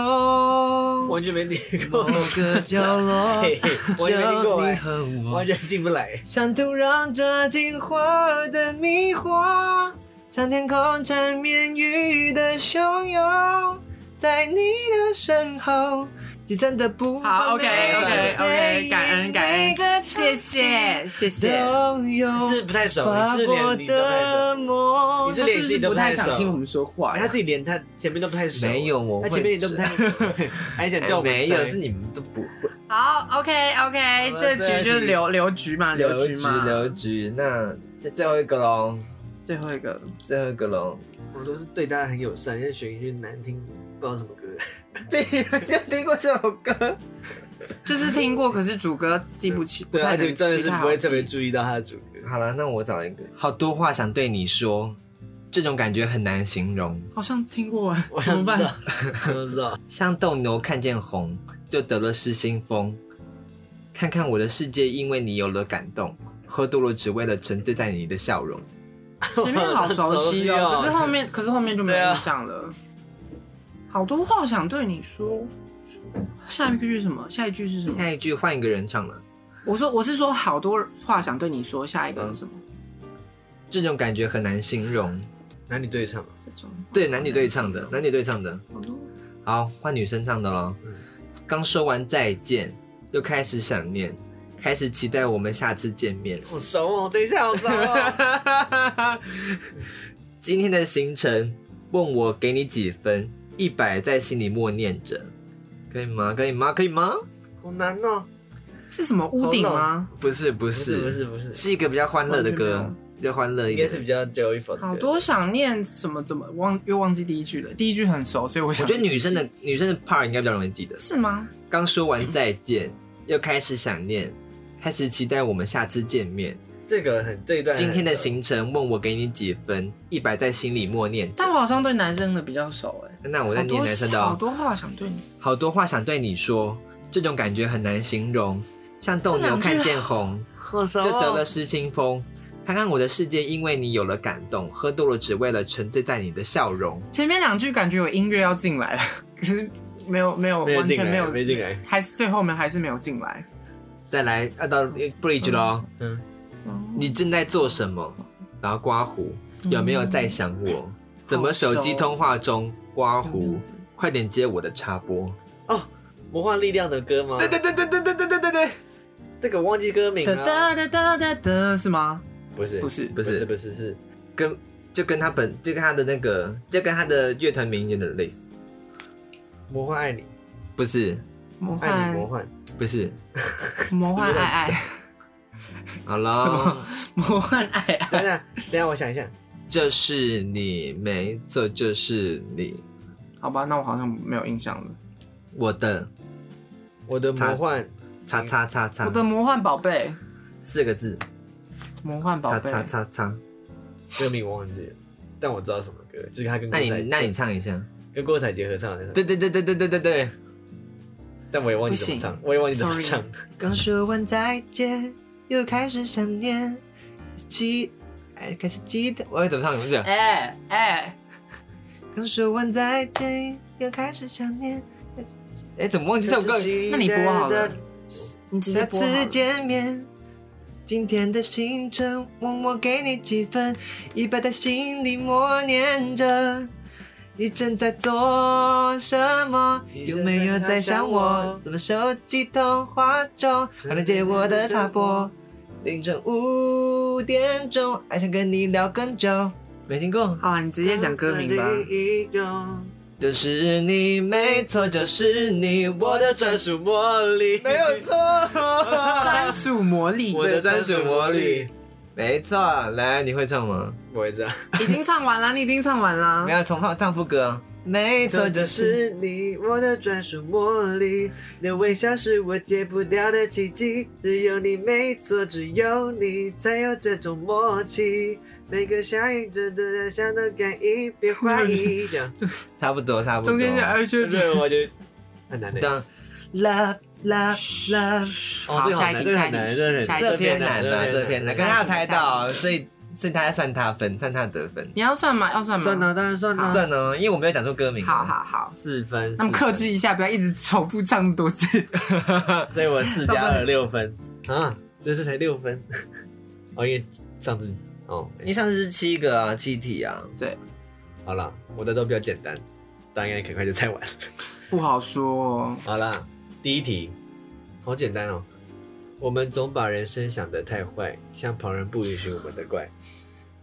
[SPEAKER 3] 完全没听
[SPEAKER 1] 某
[SPEAKER 3] 过，
[SPEAKER 1] 个角落，
[SPEAKER 3] 嘿嘿完全没听过
[SPEAKER 1] 有你
[SPEAKER 3] 哎，
[SPEAKER 1] 和我
[SPEAKER 3] 完。全进不来。
[SPEAKER 1] 像土壤抓紧花的迷惑，像天空缠绵雨的汹涌，在你的身后，积攒的步伐。
[SPEAKER 2] 好，OK，OK，OK，感恩感恩，谢
[SPEAKER 1] 谢
[SPEAKER 2] 谢谢谢。
[SPEAKER 3] 啊
[SPEAKER 1] 都有
[SPEAKER 3] 是不太熟，你
[SPEAKER 1] 划
[SPEAKER 3] 是
[SPEAKER 1] 过
[SPEAKER 3] 连你都不太熟
[SPEAKER 1] 的，梦
[SPEAKER 3] 你。
[SPEAKER 2] 他是
[SPEAKER 3] 连
[SPEAKER 2] 不
[SPEAKER 3] 自己
[SPEAKER 2] 是
[SPEAKER 3] 都
[SPEAKER 2] 不
[SPEAKER 3] 不太
[SPEAKER 2] 太
[SPEAKER 3] 熟
[SPEAKER 2] 想听我们说话
[SPEAKER 3] 他
[SPEAKER 2] 呀？
[SPEAKER 3] 自己连他前面都不太熟，
[SPEAKER 1] 没有我
[SPEAKER 3] 他
[SPEAKER 1] 会
[SPEAKER 3] 前面也都不太熟，还想叫我们
[SPEAKER 1] 哎没有，
[SPEAKER 3] 猜
[SPEAKER 1] 是你们都不会。
[SPEAKER 2] 好，OK
[SPEAKER 3] 好
[SPEAKER 2] OK，
[SPEAKER 3] 了
[SPEAKER 2] 这局就是留留局嘛，留局嘛。
[SPEAKER 1] 刘局，那这最后一个喽，
[SPEAKER 2] 最后一个，
[SPEAKER 1] 最后一个喽。
[SPEAKER 3] 我都是对大家很友善，要选一句难听不知道什么歌，
[SPEAKER 1] 对，就听过这首歌。
[SPEAKER 2] 就是听过，可是主歌记不起，不
[SPEAKER 3] 对，
[SPEAKER 2] 太
[SPEAKER 3] 而
[SPEAKER 2] 能
[SPEAKER 3] 且
[SPEAKER 2] 记
[SPEAKER 3] 真的是不会特
[SPEAKER 2] 不太好
[SPEAKER 3] 别。
[SPEAKER 2] 记
[SPEAKER 3] 注意到他的主歌。
[SPEAKER 1] 好了，那我找一个。好多话想对你说，这种感觉很难形容，
[SPEAKER 2] 好像听过啊，
[SPEAKER 3] 我
[SPEAKER 2] 怎
[SPEAKER 3] 想
[SPEAKER 2] 么
[SPEAKER 3] 知
[SPEAKER 2] 办？
[SPEAKER 3] 道，我想知道，
[SPEAKER 1] 像斗牛看见红就得了失心疯。看看我的世界，因为你有了感动，喝多了只为了沉醉在你的笑容。
[SPEAKER 2] 前面好熟悉
[SPEAKER 3] 好熟
[SPEAKER 2] 哦，
[SPEAKER 3] 悉哦
[SPEAKER 2] 可是后面，可是后面就没
[SPEAKER 3] 对啊
[SPEAKER 2] 有印象了。好多话想对你说，
[SPEAKER 3] 出。
[SPEAKER 2] 下一句是什么？下一句是什么？
[SPEAKER 1] 下一句换一个人唱了，
[SPEAKER 2] 我说我是说好多话想对你说，下一个是什么？
[SPEAKER 1] 这种感觉很难形容。
[SPEAKER 3] 男女对唱，
[SPEAKER 2] 这种
[SPEAKER 1] 嗯对，男女对唱的，嗯男女对唱的。
[SPEAKER 2] 好多
[SPEAKER 1] 好，换女生唱的喽
[SPEAKER 3] 嗯。
[SPEAKER 1] 刚说完再见，又开始想念，开始期待我们下次见面。
[SPEAKER 3] 好熟哦！等一下，好熟哦！
[SPEAKER 1] 今天的行程，问我给你几分？一百在心里默念着，可以吗？可以吗？可以吗？
[SPEAKER 3] 好难哦。
[SPEAKER 2] 是什么屋顶吗？
[SPEAKER 1] 不是，不
[SPEAKER 3] 不
[SPEAKER 1] 是，
[SPEAKER 3] 不是不是，
[SPEAKER 1] 是一个比较欢乐的
[SPEAKER 2] 完全
[SPEAKER 1] 歌
[SPEAKER 2] 没，
[SPEAKER 1] 比较欢乐一
[SPEAKER 3] 应该
[SPEAKER 1] 点
[SPEAKER 3] 是。比较 joyful 的歌。
[SPEAKER 2] 好多想念什么怎么忘又忘记第一句了？第一句很熟，所以我
[SPEAKER 1] 我
[SPEAKER 2] 想
[SPEAKER 1] 觉得女生的女生的 part 应该比较容易记得。
[SPEAKER 2] 是吗？
[SPEAKER 1] 刚说完再见，又开始想念，开始期待我们下次见面。
[SPEAKER 3] 这个很这一段很
[SPEAKER 1] 今天的
[SPEAKER 3] 熟
[SPEAKER 1] 行程问我给你几分？一百在心里默念着。
[SPEAKER 2] 但我好像对男生的比较熟哎、
[SPEAKER 1] 那我在
[SPEAKER 2] 好
[SPEAKER 1] 念
[SPEAKER 2] 多
[SPEAKER 1] 男生的
[SPEAKER 2] 好
[SPEAKER 1] 哦，
[SPEAKER 2] 多话想对你，
[SPEAKER 1] 好多话想对你说，这种感觉很难形容，像斗牛看见红，
[SPEAKER 3] 好熟
[SPEAKER 1] 就
[SPEAKER 3] 哦
[SPEAKER 1] 得了失心疯。看看我的世界，因为你有了感动，喝多了只为了沉醉在你的笑容。
[SPEAKER 2] 前面两句感觉有音乐要进来了，可是没有没有
[SPEAKER 3] 没有
[SPEAKER 2] 完
[SPEAKER 3] 进
[SPEAKER 2] 全没
[SPEAKER 3] 来，
[SPEAKER 2] 有，
[SPEAKER 3] 没进来。
[SPEAKER 2] 还是最后面还是没有进来。
[SPEAKER 1] 再来，要到呃 bridge 咯。
[SPEAKER 3] 嗯，
[SPEAKER 1] 哦你正在做什么？然后刮胡，有没有在想我？怎么手机通话中刮胡？快点接我的插播！
[SPEAKER 3] 魔幻力量的歌吗？
[SPEAKER 1] 对对对对对对对对对对，
[SPEAKER 3] 这个我忘记歌名
[SPEAKER 2] 哒
[SPEAKER 3] 了。
[SPEAKER 2] 哒哒哒哒哒是吗？
[SPEAKER 3] 不是
[SPEAKER 2] 不是
[SPEAKER 3] 不
[SPEAKER 1] 不
[SPEAKER 3] 是
[SPEAKER 1] 是
[SPEAKER 3] 不是是
[SPEAKER 1] 跟就跟他本就跟他的那个就跟他的乐团名有点类似，
[SPEAKER 3] 魔幻爱你，
[SPEAKER 1] 不是
[SPEAKER 2] 魔
[SPEAKER 3] 爱你魔
[SPEAKER 2] 幻
[SPEAKER 3] 幻。
[SPEAKER 1] 不是，
[SPEAKER 2] 魔幻爱爱
[SPEAKER 1] 好
[SPEAKER 2] 什
[SPEAKER 1] 了，
[SPEAKER 2] 么魔幻爱爱
[SPEAKER 3] 等一下等一下，我想一下，
[SPEAKER 1] 这是你，没错，这是你，
[SPEAKER 2] 好吧，那我好像没有印象了。
[SPEAKER 1] 我的
[SPEAKER 3] 我的魔幻
[SPEAKER 1] 叉叉叉叉
[SPEAKER 2] 我的魔幻宝贝，
[SPEAKER 1] 四个字，
[SPEAKER 2] 魔幻宝
[SPEAKER 1] 叉
[SPEAKER 2] 贝，
[SPEAKER 1] 叉叉叉。
[SPEAKER 3] 歌名我忘记了，但我知道什么歌，就是他跟
[SPEAKER 1] 那
[SPEAKER 3] 郭
[SPEAKER 1] 你
[SPEAKER 3] 采
[SPEAKER 1] 那你唱一下，
[SPEAKER 3] 跟郭采洁合唱的那首，
[SPEAKER 1] 对对对对对对对对。
[SPEAKER 3] 但我也忘记怎么
[SPEAKER 2] 不行
[SPEAKER 3] 唱，我也忘记怎么
[SPEAKER 2] Sorry
[SPEAKER 3] 唱。
[SPEAKER 4] 刚说完再见，又开始想念，记，哎，开始记得。
[SPEAKER 1] 我要怎么唱？怎么讲？
[SPEAKER 6] 哎哎，
[SPEAKER 4] 刚说完再见，又开始想念，
[SPEAKER 1] 哎，怎么忘记这首 歌？
[SPEAKER 2] 那你播好了，你直接
[SPEAKER 4] 下
[SPEAKER 2] 播好
[SPEAKER 4] 次
[SPEAKER 2] 了。
[SPEAKER 4] 见面。今天的行程，问我给你几分？一百在心里默念着，你正在做什么？有没有在想我？怎么手机通话中还能接我的插播？凌晨五点钟，还想跟你聊更久。
[SPEAKER 1] 没听过。
[SPEAKER 2] 好了，你直接讲歌名吧。
[SPEAKER 3] 吧。
[SPEAKER 1] 就是你，没错，就是你，我
[SPEAKER 3] 我
[SPEAKER 1] 的
[SPEAKER 3] 的专属魔力，
[SPEAKER 1] 没有错，
[SPEAKER 2] 专属魔力
[SPEAKER 3] 我的专属魔力，
[SPEAKER 1] 没错。来，你会唱吗？
[SPEAKER 3] 我会这样。
[SPEAKER 2] 已经唱完了，你已经唱完了
[SPEAKER 1] 没。有，重唱唱副歌。
[SPEAKER 4] 没错，
[SPEAKER 3] 这就
[SPEAKER 4] 就
[SPEAKER 3] 是
[SPEAKER 4] 是
[SPEAKER 3] 你，我的专属魔力。你的微笑是我戒不掉的奇迹，只有你没错，只有你才有这种默契。每个相应着的相的感应，别怀疑。这样，
[SPEAKER 1] 差不多，差不多。
[SPEAKER 2] 中间就哎就
[SPEAKER 3] 对，我就很难的。
[SPEAKER 1] 当
[SPEAKER 4] love love love。
[SPEAKER 3] 哦
[SPEAKER 6] 好
[SPEAKER 3] 这个
[SPEAKER 6] 下一
[SPEAKER 3] 难
[SPEAKER 6] 题
[SPEAKER 3] 这个
[SPEAKER 6] 下
[SPEAKER 3] 很
[SPEAKER 6] 一题下一题
[SPEAKER 1] 这
[SPEAKER 3] 难这个很
[SPEAKER 1] 偏难了，这偏难。
[SPEAKER 6] 下
[SPEAKER 1] 刚
[SPEAKER 6] 一题
[SPEAKER 1] 刚有猜到，所以所以他要算他分，算他得分。
[SPEAKER 2] 你要算吗？要算吗？
[SPEAKER 3] 算。啊了，当然算了。
[SPEAKER 1] 算哦，因为我没有讲出歌名。
[SPEAKER 2] 好好好，
[SPEAKER 3] 四分，
[SPEAKER 2] 那么克制一下，不要一直重复唱多次。
[SPEAKER 3] 四分，所以我四加二六分，
[SPEAKER 1] 啊，
[SPEAKER 3] 这次才六分。 哦，因为上次哦，
[SPEAKER 1] 你上次是七个啊，七题啊。
[SPEAKER 3] 好了，我的都比较简单，大家应该很快就猜完了。
[SPEAKER 2] 不好说哦，
[SPEAKER 3] 好啦，第一题，好简单哦。我们总把人生想得太坏，向旁人不允许我们的怪。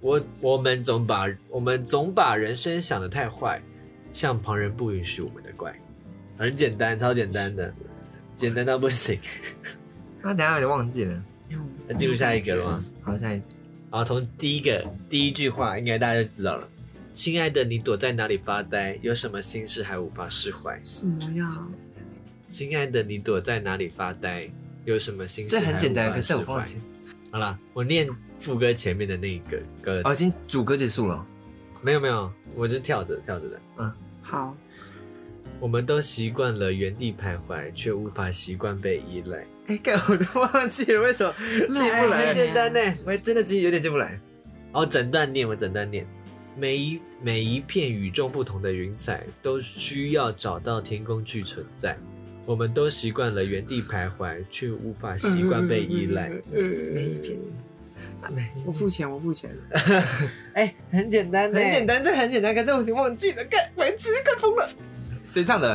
[SPEAKER 3] 我我们总把我们总把人生想得太坏，向旁人不允许我们的怪。很简单，超简单的，简单到不行。
[SPEAKER 1] 那啊等一下有点忘记了。
[SPEAKER 3] 那进入下一个了吗？
[SPEAKER 1] 好，下一题
[SPEAKER 3] 好，从第一个第一句话，应该大家就知道了。亲爱的，你躲在哪里发呆？有什么心事还无法释怀？
[SPEAKER 2] 什么呀？
[SPEAKER 3] 亲爱的，你躲在哪里发呆？有什么心事
[SPEAKER 1] 这很简单，
[SPEAKER 3] 还无
[SPEAKER 1] 可
[SPEAKER 3] 法
[SPEAKER 1] 是我
[SPEAKER 3] 释怀
[SPEAKER 1] 忘记。
[SPEAKER 3] 好啦，我念副歌前面的那一个歌，
[SPEAKER 1] 哦，已经主歌结束了。
[SPEAKER 3] 没有没有，我就跳着跳着的。
[SPEAKER 2] 好，
[SPEAKER 3] 我们都习惯了原地徘徊，却无法习惯被依赖。
[SPEAKER 1] 哎，干我都忘记了，为什么记哎不
[SPEAKER 3] 很
[SPEAKER 1] 来？
[SPEAKER 3] 简单呢。
[SPEAKER 1] 我真的记有点记不来。
[SPEAKER 3] 好，整段念，我整段念。每一每一片与众不同的云彩，都需要找到天空去存在。
[SPEAKER 1] 我们都习惯了原地徘徊，却无法习惯被依赖。
[SPEAKER 4] 每一篇
[SPEAKER 1] 嗯
[SPEAKER 2] 我付钱，我付钱。
[SPEAKER 3] 哎，很 简 单的，
[SPEAKER 4] 很简单，这很简单，可是我已经忘记了，干，白痴，快疯了。
[SPEAKER 1] 谁唱的？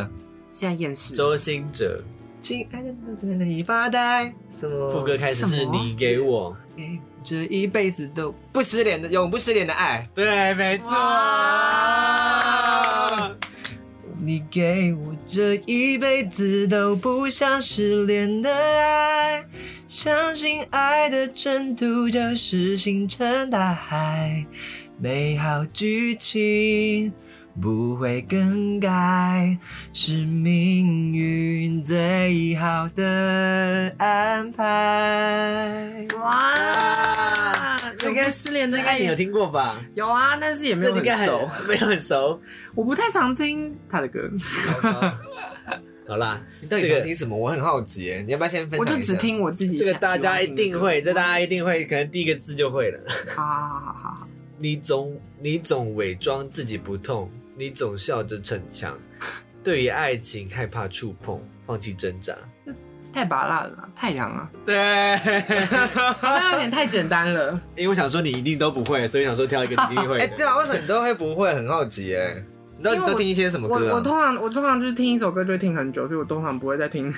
[SPEAKER 2] 现在厌世，
[SPEAKER 1] 周兴哲。
[SPEAKER 4] 亲爱的，你发呆，什
[SPEAKER 1] 呃
[SPEAKER 4] 么
[SPEAKER 3] 副歌开始是
[SPEAKER 2] 什么
[SPEAKER 3] 你给我，
[SPEAKER 4] 哎这一辈子都
[SPEAKER 1] 不失联的，永不失联的爱。
[SPEAKER 3] 对，没错。
[SPEAKER 4] 你给我这一辈子都不想失联的爱，相信爱的征途就是星辰大海，美好剧情不会更改，是命运最好的安排。
[SPEAKER 2] 哇
[SPEAKER 3] 哇！
[SPEAKER 2] 有跟失联的
[SPEAKER 3] 这个
[SPEAKER 2] 爱
[SPEAKER 3] 你有听过吧？
[SPEAKER 2] 有啊，但是也没
[SPEAKER 3] 这
[SPEAKER 2] 有
[SPEAKER 3] 应
[SPEAKER 2] 很
[SPEAKER 3] 该
[SPEAKER 2] 熟。
[SPEAKER 3] 很没有很 熟。
[SPEAKER 2] 我不太常听他的歌，
[SPEAKER 1] 好啦，你到底
[SPEAKER 3] 这个
[SPEAKER 1] 想听什么？我很好奇耶，你要不要先分
[SPEAKER 2] 我
[SPEAKER 1] 享一下？
[SPEAKER 2] 就只听我自己
[SPEAKER 3] 这
[SPEAKER 2] 想。
[SPEAKER 3] 个大家
[SPEAKER 2] 喜欢
[SPEAKER 3] 一
[SPEAKER 2] 听的
[SPEAKER 3] 定
[SPEAKER 2] 歌。
[SPEAKER 3] 会，这大家一定会，可能第一个字就会了。
[SPEAKER 2] 好好好好好，
[SPEAKER 1] 你总你总伪装自己不痛，你总笑着逞强，对于爱情害怕触碰，放弃挣扎。
[SPEAKER 2] 太拔辣了啦，太阳 啊，
[SPEAKER 3] 对，
[SPEAKER 2] 好像有点太简单了。
[SPEAKER 3] 因为我想说你一定都不会，所以想说挑一个你一定会
[SPEAKER 1] 哎、
[SPEAKER 3] 的。
[SPEAKER 1] 对啊，为什么你都会不会？很好奇耶。你都
[SPEAKER 2] 因
[SPEAKER 1] 你
[SPEAKER 2] 为我
[SPEAKER 1] 都听一些什么
[SPEAKER 2] 我
[SPEAKER 1] 歌、
[SPEAKER 2] 我
[SPEAKER 1] 啊？
[SPEAKER 2] 通常我通常就是听一首歌就会听很久，所以我通常不会再听。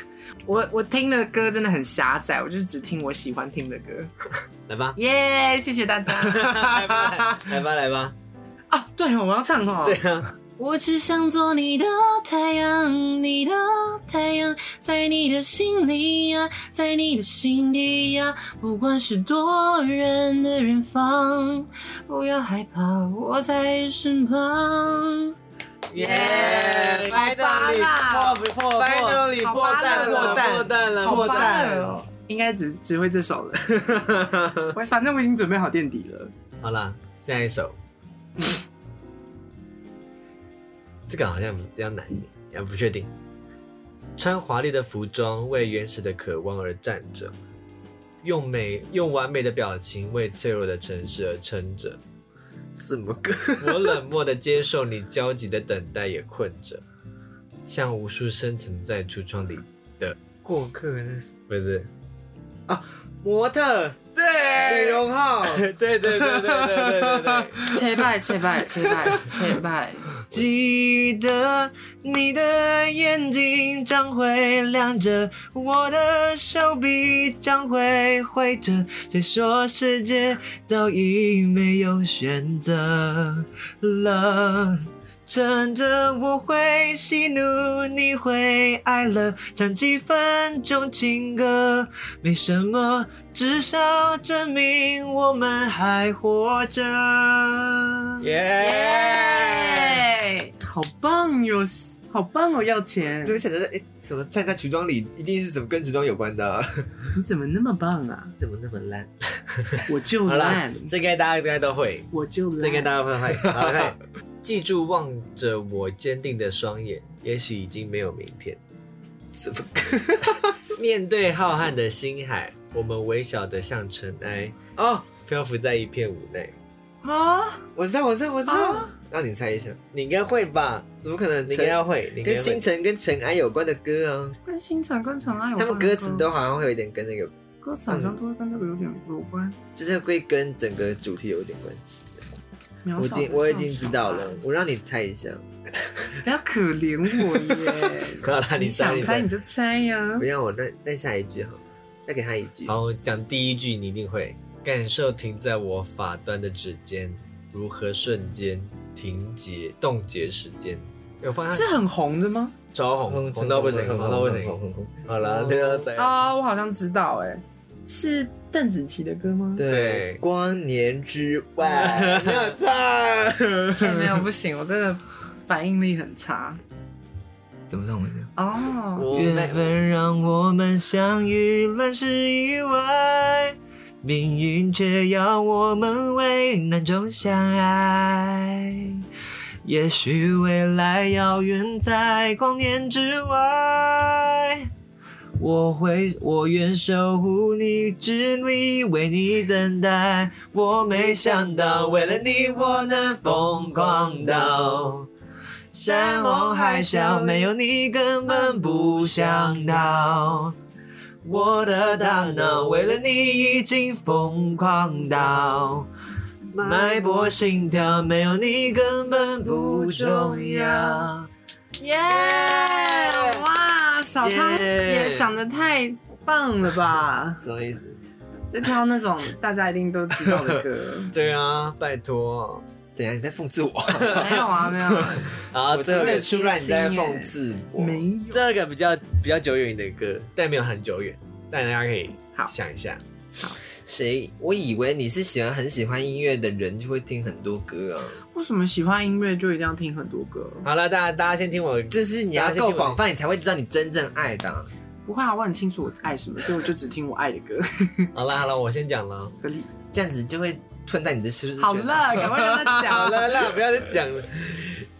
[SPEAKER 2] 我我听的歌真的很狭窄，我就只听我喜欢听的歌。，
[SPEAKER 3] 来吧
[SPEAKER 2] 耶、谢谢 大家
[SPEAKER 3] 来吧，来吧，来吧。
[SPEAKER 2] 啊！对哦，我要唱哦。
[SPEAKER 3] 对啊，
[SPEAKER 7] 我只想做你的太阳，你的太阳，在你的心里呀、在你的心底呀、不管是多远的远方，不要害怕，我在身旁。
[SPEAKER 3] 耶！
[SPEAKER 2] 拜拜啦
[SPEAKER 3] 破破破
[SPEAKER 1] Finally，
[SPEAKER 2] 好
[SPEAKER 1] 破
[SPEAKER 2] 吧
[SPEAKER 1] 蛋
[SPEAKER 2] 那
[SPEAKER 1] 破
[SPEAKER 2] 个
[SPEAKER 3] 破
[SPEAKER 1] 蛋，
[SPEAKER 3] 蛋了，
[SPEAKER 2] 好
[SPEAKER 3] 破
[SPEAKER 2] 吧
[SPEAKER 3] 蛋。
[SPEAKER 2] 哦，应该只只会这首了。 我反正我已经准备好垫底了。
[SPEAKER 3] 好啦，
[SPEAKER 1] 下一首。
[SPEAKER 3] 这个好像比较难一点，也不确定。穿华丽的服装为原始的渴望而站着，用美用完美的表情为脆弱的城市而撑着。
[SPEAKER 1] 什么歌？
[SPEAKER 3] 我冷漠的接受你焦急的等待，也困着，像无数生存在橱窗里的
[SPEAKER 1] 过客的
[SPEAKER 3] 不是？
[SPEAKER 1] 模特，对，李荣浩，
[SPEAKER 3] 对对对对对对对。
[SPEAKER 7] 切拜切拜切拜切拜，
[SPEAKER 4] 记得你的眼睛将会亮着，我的手臂将会挥着。谁说世界早已没有选择了？趁着我会喜怒，你会哀乐，唱几分钟情歌，没什么，至少证明我们还活着。
[SPEAKER 3] 耶！
[SPEAKER 7] 耶！
[SPEAKER 2] 好棒哟，好棒哦！要钱
[SPEAKER 1] 你，们想着哎，什么站在橱窗里，一定是什么跟橱窗有关的啊、
[SPEAKER 2] 你怎么那么棒啊？
[SPEAKER 1] 怎么那么烂？
[SPEAKER 2] 我就
[SPEAKER 3] 好啦
[SPEAKER 2] 烂，，
[SPEAKER 3] 这应该大家应该都会。
[SPEAKER 2] 我就烂。
[SPEAKER 3] 这个大家 会会，好来记住望着我坚定的双眼，也许已经没有明 天。
[SPEAKER 1] 什么歌？
[SPEAKER 3] 面对浩瀚的星海，我们微小的像尘埃，
[SPEAKER 1] 哦，
[SPEAKER 3] 漂浮在一片无奈。
[SPEAKER 2] 啊，
[SPEAKER 1] 我知道，我知道，我知道。让你猜一下，
[SPEAKER 3] 你应该会吧？
[SPEAKER 1] 怎么可能
[SPEAKER 3] 你应该要会，你应该
[SPEAKER 1] 跟
[SPEAKER 3] 会
[SPEAKER 1] 星辰跟尘埃有关的歌啊？
[SPEAKER 2] 跟新城跟尘埃有关
[SPEAKER 1] 他
[SPEAKER 2] 的
[SPEAKER 1] 们歌词都好像会有一点跟那个，
[SPEAKER 2] 歌词好像都会跟这个有点有关。
[SPEAKER 1] 就是会跟整个主题有一点关系。
[SPEAKER 2] 渺
[SPEAKER 1] 我已
[SPEAKER 2] 小的
[SPEAKER 1] 经我已经
[SPEAKER 2] 上
[SPEAKER 1] 知
[SPEAKER 2] 苍
[SPEAKER 1] 道了，我让你猜一下，
[SPEAKER 2] 不要可怜我 耶！
[SPEAKER 3] 好啦，你上
[SPEAKER 2] 想
[SPEAKER 3] 你
[SPEAKER 2] 猜
[SPEAKER 3] 的
[SPEAKER 2] 你。就猜啊呀
[SPEAKER 1] 不。让我再再下一句哈，再给他一句。
[SPEAKER 3] 好，我讲第一句，你一定会感受停在我发端的指尖，如何瞬间停结冻结时间。有发现
[SPEAKER 2] 是很红的吗？
[SPEAKER 3] 超
[SPEAKER 1] 嗯
[SPEAKER 3] 红，红到不行，红到不行。
[SPEAKER 1] 红
[SPEAKER 3] 好了，那要怎样？
[SPEAKER 2] 啊，我好像知道，哎，是邓紫棋的歌吗？
[SPEAKER 1] 对
[SPEAKER 3] 对，
[SPEAKER 1] 光年之外，没 有错。
[SPEAKER 2] 哎 没有，不行，我真的反应力很差。
[SPEAKER 1] 怎么唱我
[SPEAKER 2] 哦，
[SPEAKER 3] 我
[SPEAKER 4] 缘分让我们相遇，乱世意外，命运却要我们为难中相爱。也许未来遥远在光年之外，我会我愿守护你，执迷为你等待。我没想到，为了你我能疯狂到。山盟海角，没有你根本不想逃。我的大脑为了你已经疯狂到脉搏心跳，没有你根本不重要。
[SPEAKER 2] 耶！哇，小汤也想的太棒了吧！
[SPEAKER 1] 什么意思？
[SPEAKER 2] 就挑那种大家一定都知道的歌。
[SPEAKER 3] 对啊，拜托。
[SPEAKER 1] 怎样？你在讽刺我？
[SPEAKER 2] 没有啊，没有啊，
[SPEAKER 3] 然后
[SPEAKER 1] 我
[SPEAKER 3] 这
[SPEAKER 1] 听
[SPEAKER 3] 个
[SPEAKER 1] 得出来你在讽刺我。
[SPEAKER 2] 没有。
[SPEAKER 3] 这个比较比较久远的歌，但没有很久远，但大家可以
[SPEAKER 2] 好
[SPEAKER 3] 想一下。
[SPEAKER 1] 谁？我以为你是喜欢很喜欢音乐的人，就会听很多歌啊。
[SPEAKER 2] 为什么喜欢音乐就一定要听很多歌？
[SPEAKER 3] 好了，大家大家先听我
[SPEAKER 1] 就是你要够广泛，你才会知道你真正爱的啊、
[SPEAKER 2] 不会啊，我很清楚我爱什么，所以我就只听我爱的歌。
[SPEAKER 3] 好了好了，我先讲了。
[SPEAKER 2] 合理。
[SPEAKER 1] 这样子就会吞在你的舒适圈。
[SPEAKER 2] 好了，赶快让他
[SPEAKER 3] 好
[SPEAKER 2] 讲了。
[SPEAKER 3] 了啦，不要再讲了。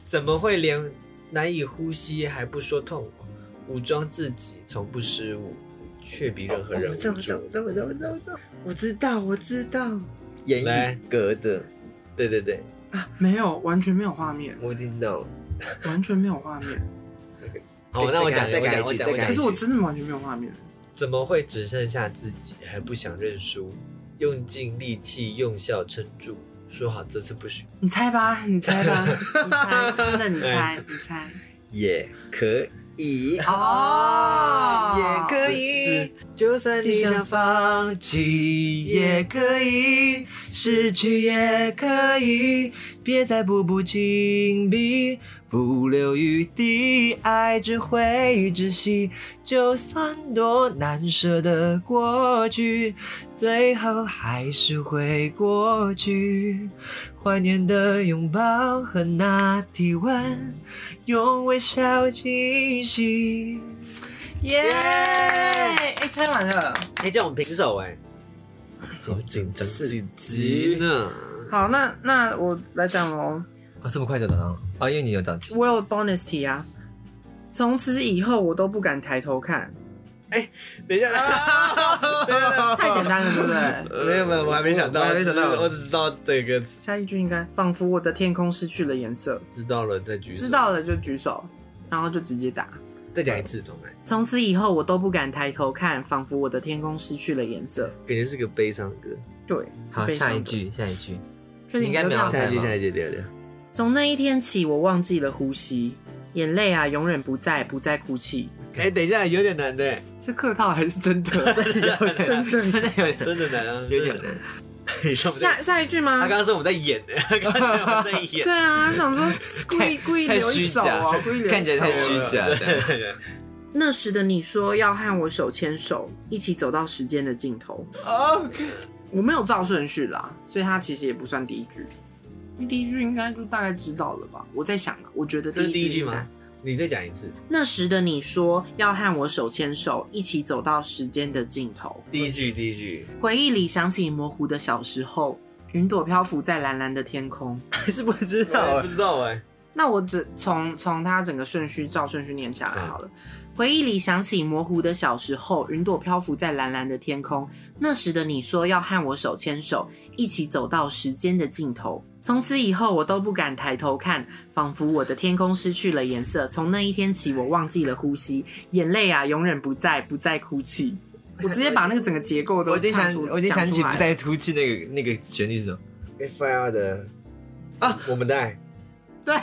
[SPEAKER 3] 怎么会连难以呼吸还不说痛苦？武装自己从不失误，却比任何人无
[SPEAKER 1] 哦我知道
[SPEAKER 3] 助。
[SPEAKER 1] 我知道我知道我知道我知道我知道，严
[SPEAKER 3] 来
[SPEAKER 1] 艺格的，
[SPEAKER 3] 对对对，
[SPEAKER 2] 没有，完全没有画面，
[SPEAKER 1] 我已经知道了。
[SPEAKER 2] 完全没有画面。
[SPEAKER 3] 好，
[SPEAKER 1] 再
[SPEAKER 3] 那我
[SPEAKER 1] 改
[SPEAKER 3] 讲，
[SPEAKER 1] 再
[SPEAKER 3] 我
[SPEAKER 1] 改
[SPEAKER 3] 讲，
[SPEAKER 1] 一
[SPEAKER 3] 我
[SPEAKER 1] 句
[SPEAKER 3] 讲，
[SPEAKER 1] 再
[SPEAKER 3] 我
[SPEAKER 1] 改
[SPEAKER 3] 讲
[SPEAKER 2] 可是我真的完全没有画面。
[SPEAKER 3] 怎么会只剩下自己，还不想认输？用尽力气，用笑撑住，说好这次不许。
[SPEAKER 2] 你猜吧，你猜吧，你猜，真的你猜，你 猜。
[SPEAKER 1] 也可以，
[SPEAKER 2] 哦，
[SPEAKER 4] 也可以，就算你想放弃
[SPEAKER 3] 嗯
[SPEAKER 4] 也可以，失去也可以，别再步步紧逼，不留余地，爱只会窒息。就算多难舍的过去，最后还是会过去。怀念的拥抱和那体温，用微笑清洗。
[SPEAKER 2] 耶！哎，猜完了。
[SPEAKER 3] 哎，叫我们平手哎，好紧张
[SPEAKER 1] 刺
[SPEAKER 3] 极呢。
[SPEAKER 2] 好，那那我来讲喽。
[SPEAKER 1] 啊，这么快就找到了啊？因为你有早起，
[SPEAKER 2] 我有 bonus 题啊。从此以后，我都不敢抬头看，
[SPEAKER 3] 等一下， 等一下
[SPEAKER 2] 太简单了，对不 对？
[SPEAKER 3] 没有没有，我还没想到，
[SPEAKER 1] 我还没
[SPEAKER 3] 我只
[SPEAKER 1] 想到
[SPEAKER 3] 是呃我只知道这个词，
[SPEAKER 2] 下一句应该仿佛我的天空失去了颜色，
[SPEAKER 3] 知道了再举手，
[SPEAKER 2] 知道了就举手，然后就直接打。
[SPEAKER 3] 再讲一次，重来，
[SPEAKER 2] 从此以后，我都不敢抬头看，仿佛我的天空失去了颜色。
[SPEAKER 3] 感觉是个悲伤的歌。
[SPEAKER 2] 对，
[SPEAKER 1] 好，
[SPEAKER 2] 悲伤
[SPEAKER 1] 下
[SPEAKER 2] 的
[SPEAKER 1] 一，句，下一句，
[SPEAKER 2] 确定
[SPEAKER 1] 应该没有
[SPEAKER 2] 要
[SPEAKER 1] 猜
[SPEAKER 3] 下一句，
[SPEAKER 1] 吗
[SPEAKER 3] 下一句，聊聊。
[SPEAKER 2] 从那一天起，我忘记了呼吸，眼泪啊，永远不在，不再哭泣。
[SPEAKER 3] 哎，等一下，有点难的，
[SPEAKER 2] 是客套还是真的？真 的，真的。
[SPEAKER 3] 真的难 啊，
[SPEAKER 1] 有点
[SPEAKER 3] 难。 你说我们在
[SPEAKER 2] 下下一句吗
[SPEAKER 3] 他？刚刚说我们在演 呢，他刚刚说我们在演
[SPEAKER 2] 对。 啊，想说故意故意留一手啊，故意留一手啊。
[SPEAKER 1] 看起来太虚假的。
[SPEAKER 3] 对
[SPEAKER 2] 那时的你说要和我手牵手，一起走到时间的尽头。我没有照顺序啦，所以它其实也不算第一句。因为第一句应该就大概知道了吧？我在想啊，我觉得
[SPEAKER 3] 这是第一句
[SPEAKER 2] 应该
[SPEAKER 3] 吗？你再讲一次，
[SPEAKER 2] 那时的你说要和我手牵手，一起走到时间的尽头。
[SPEAKER 3] 第一句，第一句，
[SPEAKER 2] 回忆里想起模糊的小时候，云朵漂浮在蓝蓝的天空。
[SPEAKER 3] 还是不知
[SPEAKER 1] 啊
[SPEAKER 3] 道，不知道哎。
[SPEAKER 2] 那我只从从它整个顺序照顺序念
[SPEAKER 1] 嗯
[SPEAKER 2] 下来好了。回忆里想起模糊的小时候，云朵漂浮在蓝蓝的天空。那时的你说要和我手牵手，一起走到时间的尽头。从此以后，我都不敢抬头看，仿佛我的天空失去了颜色。从那一天起，我忘记了呼吸，眼泪啊，永远不在，不再哭泣。我直接把那个整个结构都
[SPEAKER 1] 我已经
[SPEAKER 2] 唱
[SPEAKER 1] 想，
[SPEAKER 2] 出
[SPEAKER 1] 我已经想起不
[SPEAKER 2] 讲出来了
[SPEAKER 1] 再哭泣那个那个旋律是什么？
[SPEAKER 3] F I R 的啊，我们的爱。
[SPEAKER 2] 对。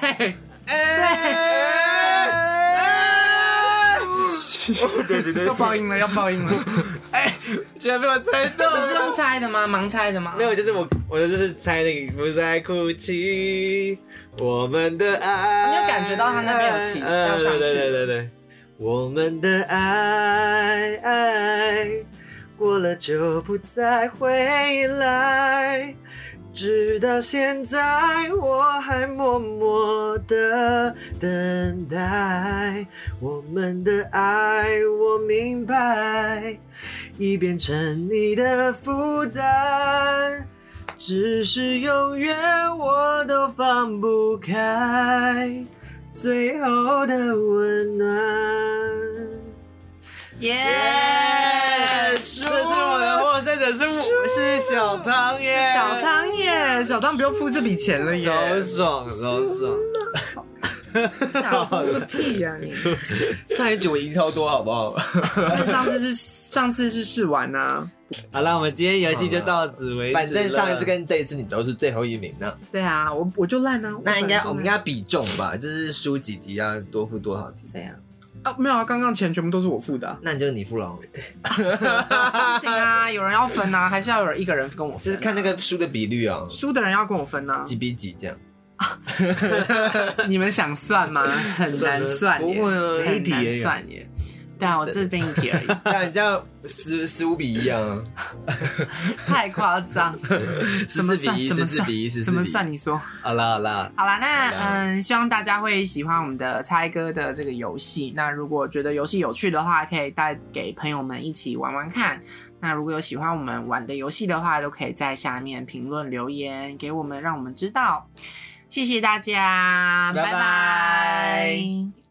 [SPEAKER 3] 对对对
[SPEAKER 2] 要报应了，要报应了！
[SPEAKER 3] 居然被我猜到
[SPEAKER 2] 你是用猜的吗？盲猜的吗？
[SPEAKER 3] 没有，就是我，我就是猜那个不再哭泣，我们的爱。
[SPEAKER 2] 你有感觉到他那边有气
[SPEAKER 3] 嗯
[SPEAKER 2] 要上去
[SPEAKER 3] 对对对对对，我们的爱爱过了就不再回来，直到现在我还默默的等待。我们的爱，我明白，已变成你的负担。只是永远我都放不开最后的温暖。
[SPEAKER 2] 耶！
[SPEAKER 3] 这是我的获胜者，是我，是小汤耶，
[SPEAKER 2] 小汤耶，小汤不用付这笔钱了耶。
[SPEAKER 3] 超爽，超爽。
[SPEAKER 2] 打呼个屁呀、你！
[SPEAKER 1] 上一集我赢超多，好不好？
[SPEAKER 2] 那上次是上次是试玩啊，
[SPEAKER 3] 好了，我们今天游戏就到此为止了。
[SPEAKER 1] 反正上一次跟这一次你都是最后一名呢。
[SPEAKER 2] 对啊，我我就烂啊。
[SPEAKER 1] 那应该我
[SPEAKER 2] 本
[SPEAKER 1] 们应
[SPEAKER 2] 来就烂
[SPEAKER 1] 该比重吧，就是输几题要多付多少题。
[SPEAKER 2] 这样啊？没有啊，刚刚钱全部都是我付的啊、
[SPEAKER 1] 那你就你付了，
[SPEAKER 2] 不行 啊，有人要分啊，还是要有一个人跟我分啊、
[SPEAKER 1] 就是看那个输的比率哦，
[SPEAKER 2] 输的人要跟我分啊。
[SPEAKER 1] 几比几这 样。
[SPEAKER 2] 你们想算吗？很难算耶，
[SPEAKER 1] 不会啊
[SPEAKER 2] 很
[SPEAKER 1] 一题
[SPEAKER 2] 难
[SPEAKER 1] 而已啊
[SPEAKER 2] 算耶。对啊，我这边一 题而已，
[SPEAKER 1] 那你这样十十五比一啊，
[SPEAKER 2] 太夸张。
[SPEAKER 1] 十
[SPEAKER 2] 怎么
[SPEAKER 1] 四比一，
[SPEAKER 2] 算？怎
[SPEAKER 1] 十
[SPEAKER 2] 么
[SPEAKER 1] 四
[SPEAKER 2] 算
[SPEAKER 1] 比一，十？四
[SPEAKER 2] 怎么
[SPEAKER 1] 比一。
[SPEAKER 2] 算？你说。
[SPEAKER 3] 好了好了，
[SPEAKER 2] 好啦，那嗯，希望大家会喜欢我们的猜歌的这个游戏。那如果觉得游戏有趣的话，可以带给朋友们一起玩玩看。那如果有喜欢我们玩的游戏的话，都可以在下面评论留言给我们，让我们知道。谢谢大家，
[SPEAKER 3] 拜拜
[SPEAKER 2] 拜